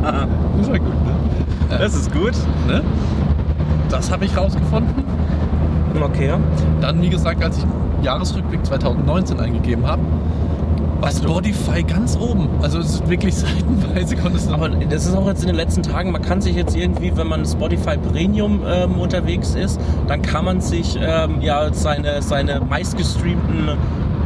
Ah, Das war gut, ne? das ist gut. ne? Das habe ich rausgefunden. Okay. Dann, wie gesagt, als ich Jahresrückblick 2019 eingegeben habe, war Spotify ganz oben. Also es ist wirklich seitenweise konntest du Aber das ist auch jetzt in den letzten Tagen, man kann sich jetzt irgendwie, wenn man Spotify Premium ähm, unterwegs ist, dann kann man sich ähm, ja seine, seine meistgestreamten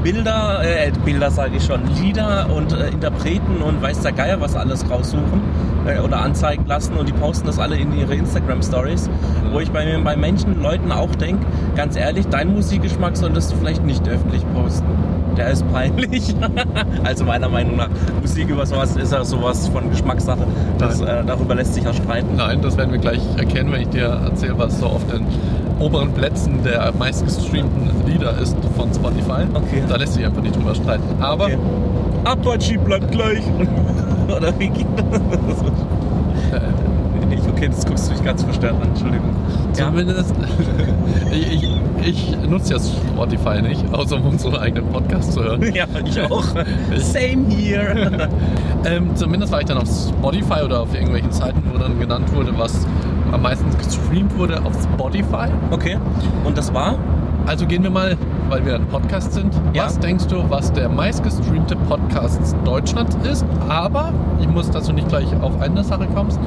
Bilder, äh, Bilder sage ich schon, Lieder und äh, Interpreten und weiß der Geier was alles raussuchen äh, oder anzeigen lassen und die posten das alle in ihre Instagram Stories, wo ich bei, mir- bei Menschen, Leuten auch denke, ganz ehrlich, dein Musikgeschmack solltest du vielleicht nicht öffentlich posten. Der ist peinlich. also meiner Meinung nach, Musik über sowas ist ja sowas von Geschmackssache. Das, äh, darüber lässt sich ja streiten. Nein, das werden wir gleich erkennen, wenn ich dir erzähle, was so auf den oberen Plätzen der meistgestreamten Lieder ist von Spotify. Okay. Da lässt sich einfach nicht drüber streiten. Aber Okay. Apache bleibt gleich. Oder wie geht das? Nicht, okay, das guckst du dich ganz verstört an, Entschuldigung. Ja, Zumindest, ich, ich, ich nutze ja Spotify nicht, außer um unseren eigenen Podcast zu hören. ja ich auch. Same here. Ähm, zumindest war ich dann auf Spotify oder auf irgendwelchen Seiten, wo dann genannt wurde, was am meisten gestreamt wurde auf Spotify. Okay, und das war? Also gehen wir mal, weil wir ein Podcast sind. Ja. Was denkst du, was der meistgestreamte Podcast Deutschlands ist? Aber ich muss, dass du nicht gleich auf eine Sache kommst.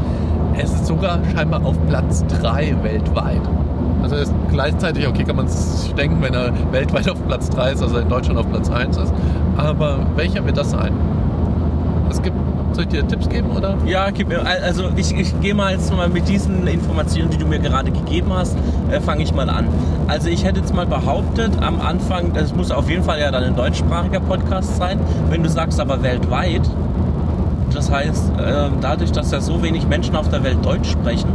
Es ist sogar scheinbar auf Platz 3 weltweit. Also er ist gleichzeitig, okay, kann man es denken, wenn er weltweit auf Platz 3 ist, also in Deutschland auf Platz 1 ist. Aber welcher wird das sein? Es gibt, soll ich dir Tipps geben oder? Ja, gib mir, also ich, ich gehe mal jetzt mal mit diesen Informationen, die du mir gerade gegeben hast, äh, fange ich mal an. Also ich hätte jetzt mal behauptet, am Anfang, das muss auf jeden Fall ja dann ein deutschsprachiger Podcast sein, wenn du sagst aber weltweit, das heißt, äh, dadurch, dass ja so wenig Menschen auf der Welt Deutsch sprechen,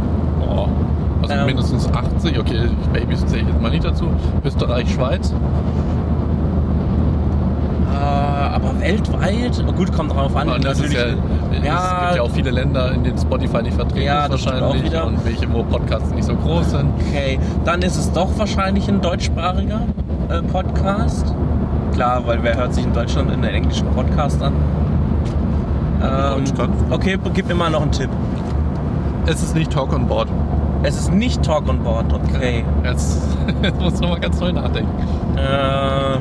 Oh, also Ähm. mindestens 80, okay, Babys zähle ich jetzt mal nicht dazu. Österreich, Schweiz. Ah, äh, aber weltweit, gut, kommt drauf an. äh, Und das ist ja, es gibt ja auch viele Länder, in denen Spotify nicht vertreten Ja, ist das stimmt auch wahrscheinlich wieder. und welche, wo Podcasts nicht so groß sind. Okay, dann ist es doch wahrscheinlich ein deutschsprachiger äh, Podcast. Klar, weil wer hört sich in Deutschland einen englischen Podcast an? Ähm, Deutschland. okay, gib mir mal noch einen Tipp. Es ist nicht Talk on Board. Es ist nicht Talk on Board, okay. Jetzt, jetzt muss man mal ganz neu nachdenken. Äh,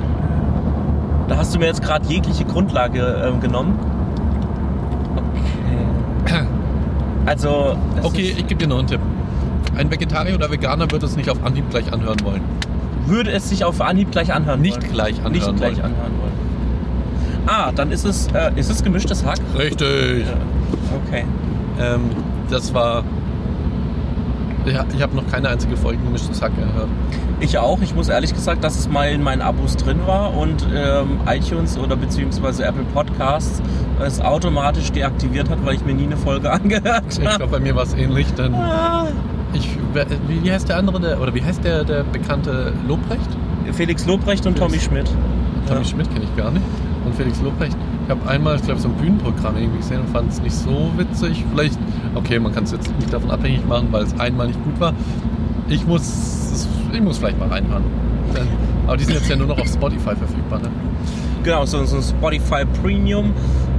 da hast du mir jetzt gerade jegliche Grundlage ähm, genommen. Okay. Also, es Okay, ist, ich gebe dir noch einen Tipp. Ein Vegetarier oder Veganer wird es nicht auf Anhieb gleich anhören wollen. würde es sich auf Anhieb gleich anhören Nicht wollen? gleich anhören Nicht gleich wollen. anhören wollen. Ah, dann ist es, äh, ist es gemischtes Hack? Richtig. Okay. Ähm, das war. Ja, ich habe noch keine einzige Folge gemischtes Hack gehört. Ich auch. Ich muss ehrlich gesagt, dass es mal in meinen Abos drin war und ähm, iTunes oder beziehungsweise Apple Podcasts es automatisch deaktiviert hat, weil ich mir nie eine Folge angehört Ich habe. glaube, bei mir war es ähnlich, denn Ah. ich. wer- Wie wie heißt der andere, der, oder wie heißt der, der bekannte Lobrecht? Felix Lobrecht und Tommy Schmidt. Tommy Ja. Schmidt kenne ich gar nicht. Und Felix Lobrecht. Ich habe einmal, ich glaube, so ein Bühnenprogramm irgendwie gesehen und fand es nicht so witzig. Vielleicht, okay, man kann es jetzt nicht davon abhängig machen, weil es einmal nicht gut war. Ich muss, ich muss vielleicht mal reinhören. Denn- Aber die sind jetzt ja nur noch auf Spotify verfügbar. Ne? Genau, so, so ein Spotify Premium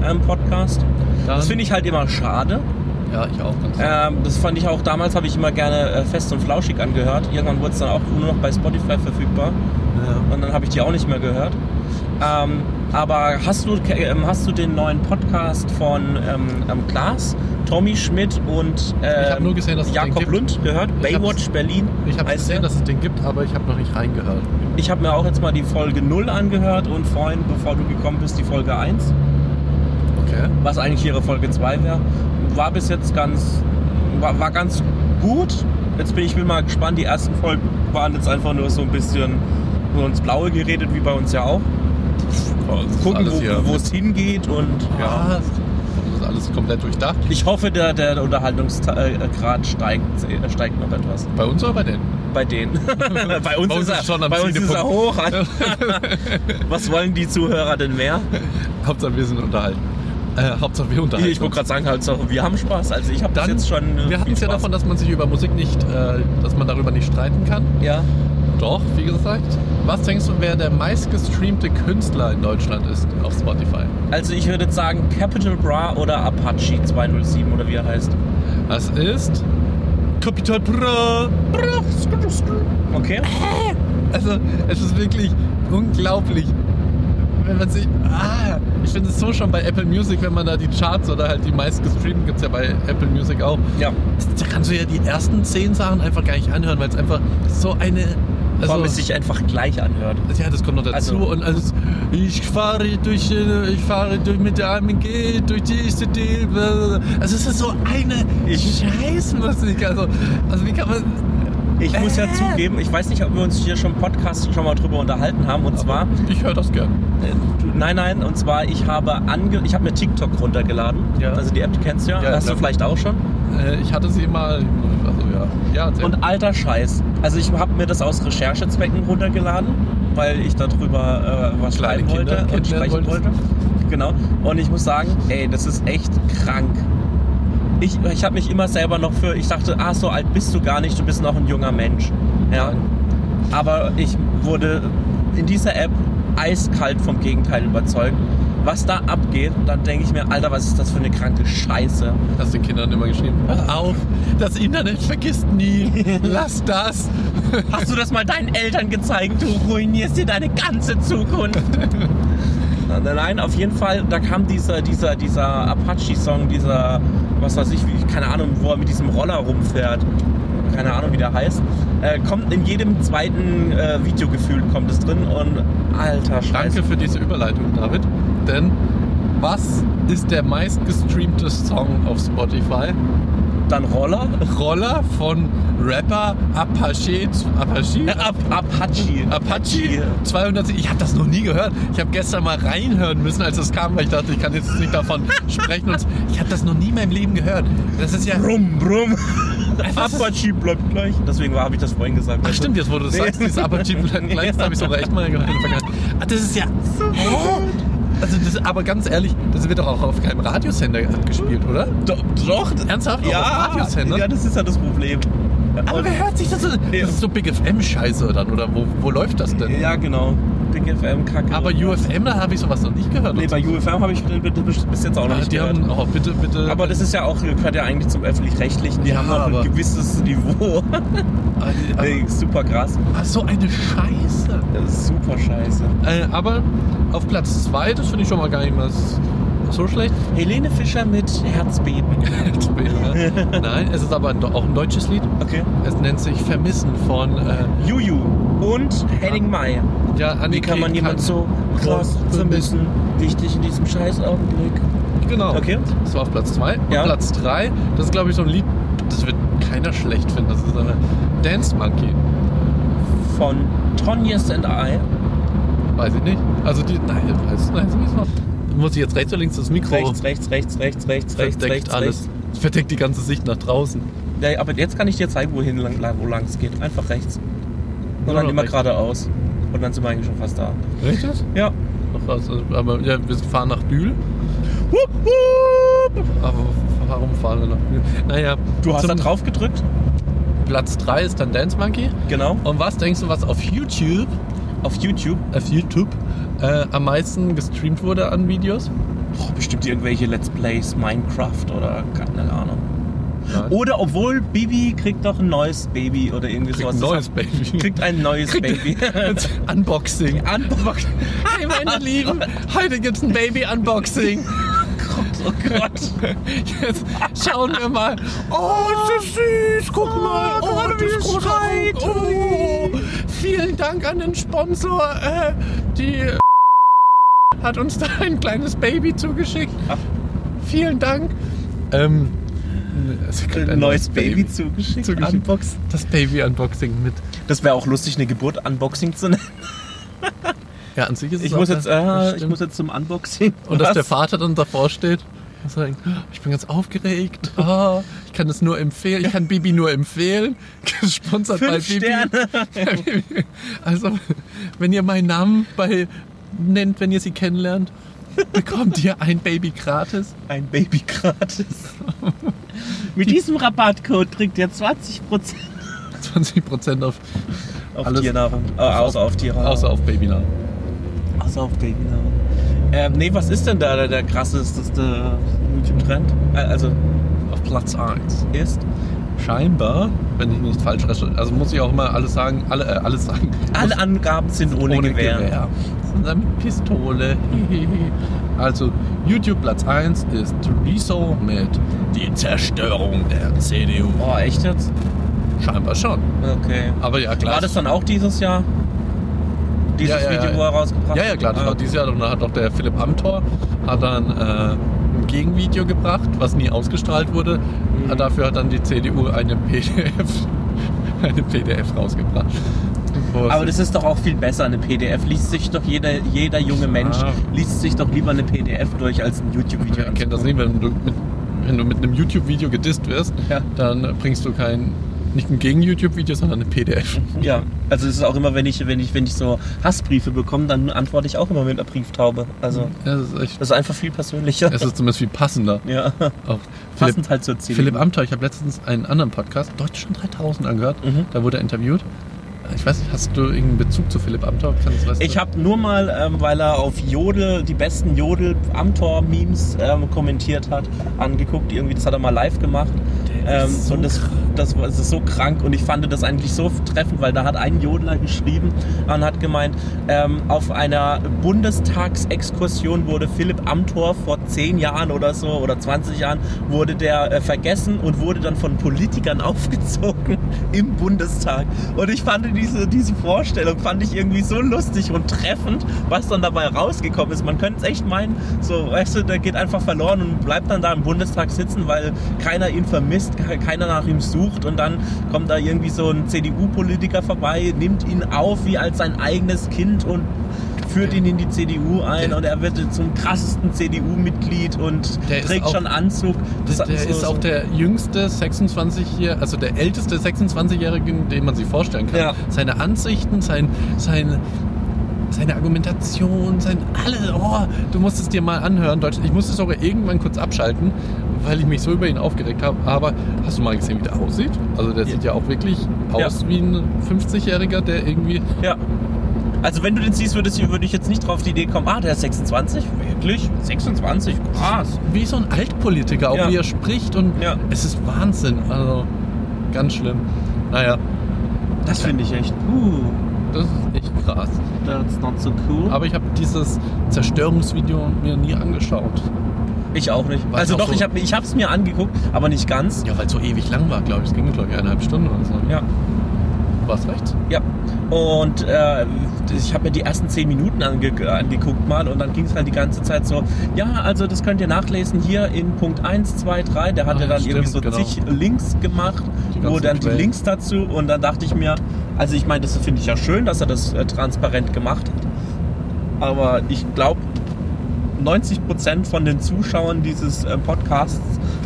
ähm, Podcast. Dann- Das finde ich halt immer schade. Ja, ich auch. Ganz Ähm, das fand ich auch damals, habe ich immer gerne äh, fest und flauschig angehört. Irgendwann wurde es dann auch nur noch bei Spotify verfügbar. Ja. Und dann habe ich die auch nicht mehr gehört. Ähm, aber hast du, ke- ähm, hast du den neuen Podcast von ähm, ähm, Klaas, Tommy Schmidt und ähm, Ich hab nur gesehen, dass es den Jakob gibt. Lund gehört? Ich hab's- Baywatch Berlin. Ich habe heißt gesehen, er. dass es den gibt, aber ich habe noch nicht reingehört. Ich habe mir auch jetzt mal die Folge 0 angehört und vorhin, bevor du gekommen bist, die Folge 1, Okay. was eigentlich ihre Folge 2 wäre. War bis jetzt ganz, war, war ganz gut. Jetzt bin ich bin mal gespannt. Die ersten Folgen waren jetzt einfach nur so ein bisschen so ins Blaue geredet, wie bei uns ja auch. Gucken, alles hier. Ah. wo wo es hingeht und ja. Ja. Das ist alles komplett durchdacht. Ich hoffe, der, der Unterhaltungsgrad steigt, äh, steigt noch etwas. Bei uns oder bei denen? Bei denen. bei uns, Bei uns ist, er, ist schon am bei uns ist er Ziedepunkt. hoch. Was wollen die Zuhörer denn mehr? Hauptsache wir sind unterhalten. Äh, Hauptsache wir unterhalten. Ich wollte gerade sagen, Hauptsache, wir haben Spaß. Also ich habe das Dann, jetzt schon. äh, wir hatten viel es ja Spaß. davon, dass man sich über Musik nicht, äh, dass man darüber nicht streiten kann. Ja. Doch, wie gesagt. Was denkst du, wer der meistgestreamte Künstler in Deutschland ist auf Spotify? Also ich würde jetzt sagen Capital Bra oder Apache 207 oder wie er heißt. Das ist Capital Bra. Okay. Also, es ist wirklich unglaublich. Wenn man sich. Ah, ich finde es so schon bei Apple Music, wenn man da die Charts oder halt die meistgestreamten gibt es ja bei Apple Music auch. Ja. Da kannst du ja die ersten zehn Sachen einfach gar nicht anhören, weil es einfach so eine. Also, Warum es Also, sich einfach gleich anhört. ja, das kommt noch dazu. Also- und alles, ich fahre durch, äh, ich fahre durch mit der AMG, durch die City. blablabla. Also es ist so eine Ich- Scheißmusik. Also, also wie kann man. Ich muss ja Äh. zugeben, ich weiß nicht, ob wir uns hier schon im Podcast schon mal drüber unterhalten haben. Und zwar, Ich höre das gern. äh, du- nein, nein, und zwar, ich habe ange, ich habe mir TikTok runtergeladen. Ja. Also die App, die kennst du ja. Ja, Hast klar. du vielleicht auch schon. Äh, ich hatte sie mal. Also ja. ja erzähl. Und alter Scheiß. Also ich habe mir das aus Recherchezwecken runtergeladen, weil ich darüber äh, was Kleine schreiben Kinder wollte und kennenlernen sprechen wolltest. wollte. Genau. Und ich muss sagen, ey, das ist echt krank. Ich, ich habe mich immer selber noch für, ich dachte, ah, so alt bist du gar nicht, du bist noch ein junger Mensch. Ja. Aber ich wurde in dieser App eiskalt vom Gegenteil überzeugt. Was da abgeht, dann denke ich mir, Alter, was ist das für eine kranke Scheiße? Hast den Kindern immer geschrieben, hör auf, das Internet vergisst nie, lass das. Hast du das mal deinen Eltern gezeigt? Du ruinierst dir deine ganze Zukunft. Nein, Nein, auf jeden Fall, da kam dieser, dieser, dieser Apache-Song, dieser, was weiß ich, wie, keine Ahnung, wo er mit diesem Roller rumfährt. Keine Ahnung, wie der heißt. Äh, kommt in jedem zweiten äh, Video gefühlt, kommt es drin und alter Scheiße. Danke für diese Überleitung, David. Denn was ist der meistgestreamte Song auf Spotify? Dann Roller? Roller von Rapper Apache. Apache? Äh, Ap Apache. Apache 210. Ich habe das noch nie gehört. Ich habe gestern mal reinhören müssen, als das kam, weil ich dachte, ich kann jetzt nicht davon sprechen. Und ich habe das noch nie in meinem Leben gehört. Das ist ja. Brumm, brumm. Was ist- Apache bleibt gleich. Deswegen habe ich das vorhin gesagt. Ach stimmt, jetzt wo du das Nee. sagst, dieses Apache Black Lights, da habe ich sogar echt mal gehört. in der Vergangenheit. Ah, das ist ja... Also das, aber ganz ehrlich, das wird doch auch auf keinem Radiosender gespielt, oder? Doch, doch. Ernsthaft? Auch auf Radiosender? ja, das ist ja das Problem. aber wer hört sich das so... Nee. Das ist so Big FM-Scheiße dann, oder wo, wo läuft das denn? Ja, genau. Big FM, Kacke. Aber UFM, da habe ich sowas noch nicht gehört. Nee, bei UFM habe ich den bitte bis jetzt auch noch Ah, nicht die gehört. haben... Oh, bitte, bitte... aber das ist ja auch, gehört ja eigentlich zum Öffentlich-Rechtlichen. Die Ja, haben auch aber- ein gewisses Niveau. Ah, die- ah, Nee, super krass. ah, so eine Scheiße. Das ist super scheiße. Äh, aber auf Platz 2, das finde ich schon mal gar nicht mal so schlecht. Helene Fischer mit Herzbeben. Nein, es ist aber ein, auch ein deutsches Lied. Okay. Es nennt sich Vermissen von äh, Juju und Henning May. ja, Annie Wie kann man jemand so krass vermissen? Wichtig in diesem scheiß Augenblick. Genau. Okay. Das war auf Platz 2. Ja. Und Platz 3, das ist glaube ich so ein Lied, das wird keiner schlecht finden. Das ist eine Dance Monkey. Von Tonjes and I. Weiß ich nicht. Also die. Nein, weiß, nein, so ist es. Muss ich jetzt rechts oder links das Mikro? Rechts, rechts, rechts, rechts, rechts, rechts, verdeckt rechts, alles. rechts. Es verdeckt die ganze Sicht nach draußen. Ja, aber jetzt kann ich dir zeigen, wohin lang, lang, wo lang es geht. Einfach rechts. Und Nur dann noch immer rechts. geradeaus. Und dann sind wir eigentlich schon fast da. Richtig? Ja. Also, aber ja, wir fahren nach Bühl. Hup, hup. Aber warum fahren wir nach Bühl? Naja. Du hast zum da drauf gedrückt. Platz 3 ist dann Dance Monkey. Genau. Und was denkst du, was auf YouTube, Auf YouTube. auf YouTube äh, am meisten gestreamt wurde an Videos? Boah, bestimmt irgendwelche Let's Plays, Minecraft oder keine Ahnung. Nein. Oder obwohl Bibi kriegt doch ein neues Baby oder irgendwie Kriegt sowas. ein Das neues hat- Baby. Kriegt ein neues Baby. Unboxing. Unboxed. Hey meine Lieben, heute gibt's ein Baby-Unboxing. Oh Gott. Jetzt schauen wir mal. Oh, ist das süß. Guck mal. Oh, gerade wie das es große Auge. schreit. Oh, vielen Dank an den Sponsor. Äh, die hat uns da ein kleines Baby zugeschickt. Ach. Vielen Dank. Ähm, es kriegt Ein neues Baby zugeschickt. Zugeschickt. Unboxed. Das Baby-Unboxing mit. Das wäre auch lustig, eine Geburt Unboxing zu nennen. Ja, an sich ist es Ich auch muss, jetzt, das äh, ich stimmt. muss jetzt zum Unboxing. Und dass Was? der Vater dann davor steht und sagt, ich bin ganz aufgeregt. Ah, ich kann das nur empfehlen. Ich kann Bibi nur empfehlen. Gesponsert bei Fünf Bibi. Sterne. Also, wenn ihr meinen Namen bei, nennt, wenn ihr sie kennenlernt, bekommt ihr ein Baby gratis. Ein Baby gratis. Mit diesem Rabattcode kriegt ihr 20% 20% auf, auf Alles- Tiernahrung. Äh, außer auf Tiernahrung. außer auf Babynamen. Außer auf Babynahrung. Ähm, nee, was ist denn da der, der krasseste YouTube-Trend? Äh, Also Auf Platz 1. ist Scheinbar, wenn ich nicht falsch recherchiere. Also muss ich auch immer alles sagen, alle, äh, alles sagen. alle Angaben sind ohne, Gewehr. Sondern mit Pistole. Hihihi. Also, YouTube Platz 1 ist Rezo mit Die Zerstörung der CDU. Oh, echt jetzt? Scheinbar schon. Okay. Aber ja, klar. War das dann auch dieses Jahr? Dieses Ja, ja, Video, ja. wo er rausgebracht Ja, ja, klar. Das Ah. war dieses Jahr. Und da hat doch der Philipp Amthor hat dann äh, ein Gegenvideo gebracht, was nie ausgestrahlt wurde. Mhm. Dafür hat dann die CDU eine PDF, eine PDF rausgebracht. Wo Aber sie- das ist doch auch viel besser, eine PDF. Liest sich doch jeder, jeder junge Mensch, Ja. liest sich doch lieber eine PDF durch als ein YouTube-Video. Ah. Ich kenne das nicht, wenn du mit, wenn du mit einem YouTube-Video gedisst wirst, genau. Ja. dann bringst du kein, nicht ein Gegen-YouTube-Video, sondern eine PDF. Ja, also es ist auch immer, wenn ich, wenn ich, wenn ich so Hassbriefe bekomme, dann antworte ich auch immer mit einer Brieftaube. Also Das ist echt, das ist einfach viel persönlicher. Mhm. es ist zumindest viel passender. ja, Auch passend halt zur CDU. Philipp Amthor, ich habe letztens einen anderen Podcast, Deutschland 3000, angehört. Mhm. Da wurde er interviewt. Ich weiß nicht, hast du irgendeinen Bezug zu Philipp Amthor? Kannst, weißt du- Ich habe nur mal, ähm, weil er auf Jodel die besten Jodel-Amtor-Memes ähm, kommentiert hat, angeguckt. Irgendwie, das hat er mal live gemacht. Der Ähm, ist so und das, das, war- es ist so krank und ich fand das eigentlich so treffend, weil da hat ein Jodler geschrieben und hat gemeint, ähm, auf einer Bundestagsexkursion wurde Philipp Amthor vor 10 Jahren oder so oder 20 Jahren wurde der äh, vergessen und wurde dann von Politikern aufgezogen im Bundestag. Und ich fand diese, diese Vorstellung fand ich irgendwie so lustig und treffend, was dann dabei rausgekommen ist. Man könnte es echt meinen, so, weißt du, der geht einfach verloren und bleibt dann da im Bundestag sitzen, weil keiner ihn vermisst, ke- keiner nach ihm sucht und dann kommt da irgendwie so ein CDU-Politiker vorbei, nimmt ihn auf wie als sein eigenes Kind und führt ihn in die CDU ein Der- und er wird zum krassesten CDU-Mitglied und Der ist trägt auch- schon Anzug. der, hat der so- ist auch so- der jüngste 26-Jährige, also der älteste 26-Jährige, den man sich vorstellen kann. Ja. Seine Ansichten, sein, sein, seine Argumentation, sein alle. Oh, du musst es dir mal anhören. Deutsch. Ich musste es sogar irgendwann kurz abschalten, weil ich mich so über ihn aufgeregt habe. Aber hast du mal gesehen, wie der aussieht? Also der Ja. sieht ja auch wirklich aus wie ein 50-Jähriger, der irgendwie. Ja. Also wenn du den siehst, würdest, du- würde ich jetzt nicht drauf die Idee kommen, ah, der ist 26? Wirklich? 26? Krass. Wie so ein Altpolitiker, auch Ja. wie er spricht. Und Ja. es ist Wahnsinn. Also ganz schlimm. Naja, Das finde ich echt, uh, das ist echt krass. that's not so cool. Aber ich habe dieses Zerstörungsvideo mir nie angeschaut. ich auch nicht. Weiß Also auch doch, so. ich habe es mir angeguckt, aber nicht ganz. Ja, weil es so ewig lang war, glaube ich. Es ging, glaube ich, eineinhalb Stunden oder so. Ja. War es recht? Ja, und äh, ich habe mir die ersten zehn Minuten ange angeguckt mal und dann ging es halt die ganze Zeit so, ja, also das könnt ihr nachlesen hier in Punkt 1, 2, 3, der hat Ah, ja dann stimmt, irgendwie so genau. zig Links gemacht, Die wo ganzen dann die Quellen. Links dazu und dann dachte ich mir, also ich meine, das finde ich ja schön, dass er das äh, transparent gemacht hat, aber ich glaube, 90% von den Zuschauern dieses äh, Podcasts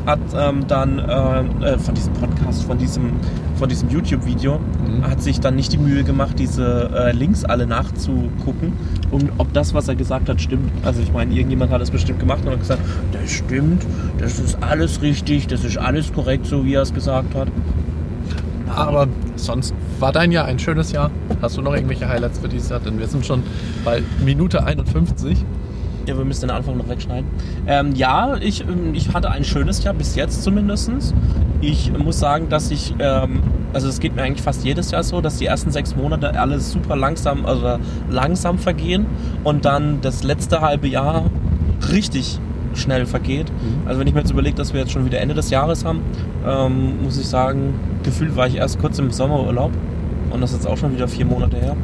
hat ähm, dann ähm, äh, von diesem Podcast, von diesem, von diesem YouTube-Video, Mhm. hat sich dann nicht die Mühe gemacht, diese äh, Links alle nachzugucken, um ob das, was er gesagt hat, stimmt. Also ich meine, irgendjemand hat das bestimmt gemacht und hat gesagt, das stimmt, das ist alles richtig, das ist alles korrekt, so wie er es gesagt hat. Aber sonst war dein Jahr ein schönes Jahr. Hast du noch irgendwelche Highlights für dieses Jahr? Denn wir sind schon bei Minute 51. Ja, wir müssen den Anfang noch wegschneiden. Ähm, ja, ich, ähm, ich hatte ein schönes Jahr, bis jetzt zumindest. Ich muss sagen, dass ich, ähm, also es geht mir eigentlich fast jedes Jahr so, dass die ersten sechs Monate alle super langsam, also langsam vergehen und dann das letzte halbe Jahr richtig schnell vergeht. Also wenn ich mir jetzt überlege, dass wir jetzt schon wieder Ende des Jahres haben, ähm, muss ich sagen, gefühlt war ich erst kurz im Sommerurlaub und das ist jetzt auch schon wieder vier Monate her.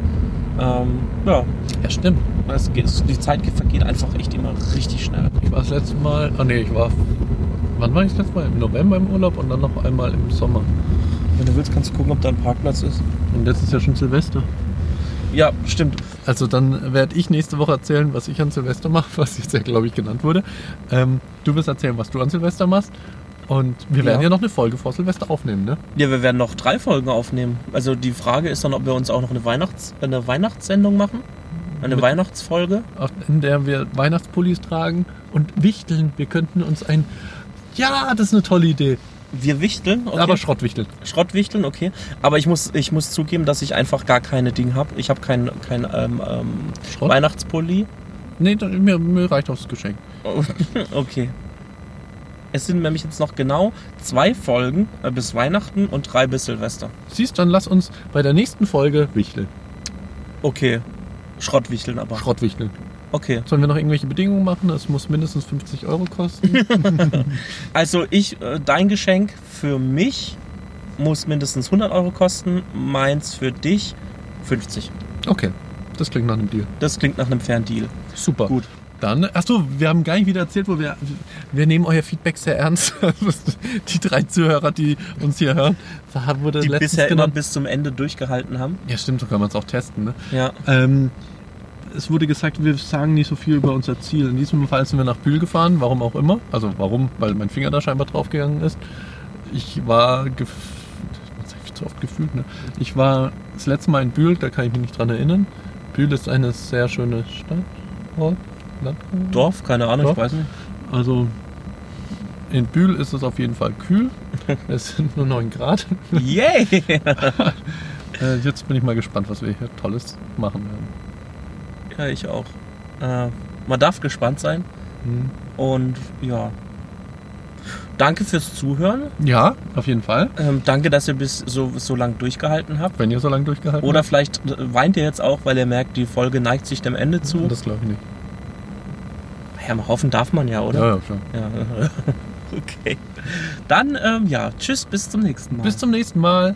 Ähm, ja, Ja, stimmt. es geht, die Zeit vergeht einfach echt immer richtig schnell. Ich war das letzte Mal, ah nee, ich war, wann war ich das letzte Mal? Im November im Urlaub und dann noch einmal im Sommer. Wenn du willst, kannst du gucken, ob da ein Parkplatz ist. Und jetzt ist ja schon Silvester. Ja, stimmt. Also dann werde ich nächste Woche erzählen, was ich an Silvester mache, was jetzt ja, glaube ich, genannt wurde. Ähm, du wirst erzählen, was du an Silvester machst. Und wir werden Ja. ja noch eine Folge vor Silvester aufnehmen, ne? Ja, wir werden noch drei Folgen aufnehmen. Also die Frage ist dann, ob wir uns auch noch eine, Weihnachts eine Weihnachtssendung machen. Eine Mit- Weihnachtsfolge. Auf- In der wir Weihnachtspullis tragen und wichteln. Wir könnten uns ein... Ja, das ist eine tolle Idee. Wir wichteln. Okay. Aber Schrottwichteln. Schrottwichteln, okay. Aber ich muss, ich muss zugeben, dass ich einfach gar keine Dinge habe. Ich habe kein, kein ähm, ähm, Schrott? Weihnachtspulli. Hm, Nee, da- mir, mir reicht auch das Geschenk. okay. Es sind nämlich jetzt noch genau zwei Folgen äh, bis Weihnachten und drei bis Silvester. Siehst, dann lass uns bei der nächsten Folge wichteln. Okay. Schrottwichteln aber. Schrottwichteln. Okay. Sollen wir noch irgendwelche Bedingungen machen? Es muss mindestens 50 Euro kosten. Also ich, äh, dein Geschenk für mich muss mindestens 100 Euro kosten, meins für dich 50. Okay, das klingt nach einem Deal. Das klingt nach einem fairen Deal. Super. Gut. Dann, achso, wir haben gar nicht wieder erzählt, wo wir. Wir nehmen euer Feedback sehr ernst. die drei Zuhörer, die uns hier hören, da haben wir das Die letztens bisher immer genannt. bis zum Ende durchgehalten haben. Ja, stimmt, so kann man es auch testen. Ne? Ja. Ähm, es wurde gesagt, wir sagen nicht so viel über unser Ziel. In diesem Fall sind wir nach Bühl gefahren, warum auch immer. Also warum? Weil mein Finger da scheinbar draufgegangen ist. Ich war gef- das hab ich zu oft gefühlt. Ne? Ich war das letzte Mal in Bühl, da kann ich mich nicht dran erinnern. Bühl ist eine sehr schöne Stadt. Ort, Land, Dorf, keine Ahnung, Dorf? ich weiß nicht. also in Bühl ist es auf jeden Fall kühl. Es sind nur 9 Grad. Yay! Äh, jetzt bin ich mal gespannt, was wir hier Tolles machen werden. ja, ich auch. Äh, man darf gespannt sein Hm. und ja. Danke fürs Zuhören. Ja, auf jeden Fall. Ähm, danke, dass ihr bis so, so lang durchgehalten habt. Wenn ihr so lange durchgehalten Oder vielleicht äh, weint ihr jetzt auch, weil ihr merkt, die Folge neigt sich dem Ende zu. Das glaube ich nicht. Ja, mal hoffen darf man ja, oder? Ja, ja, klar. Ja. Okay. Dann, ähm, ja, tschüss, bis zum nächsten Mal. Bis zum nächsten Mal.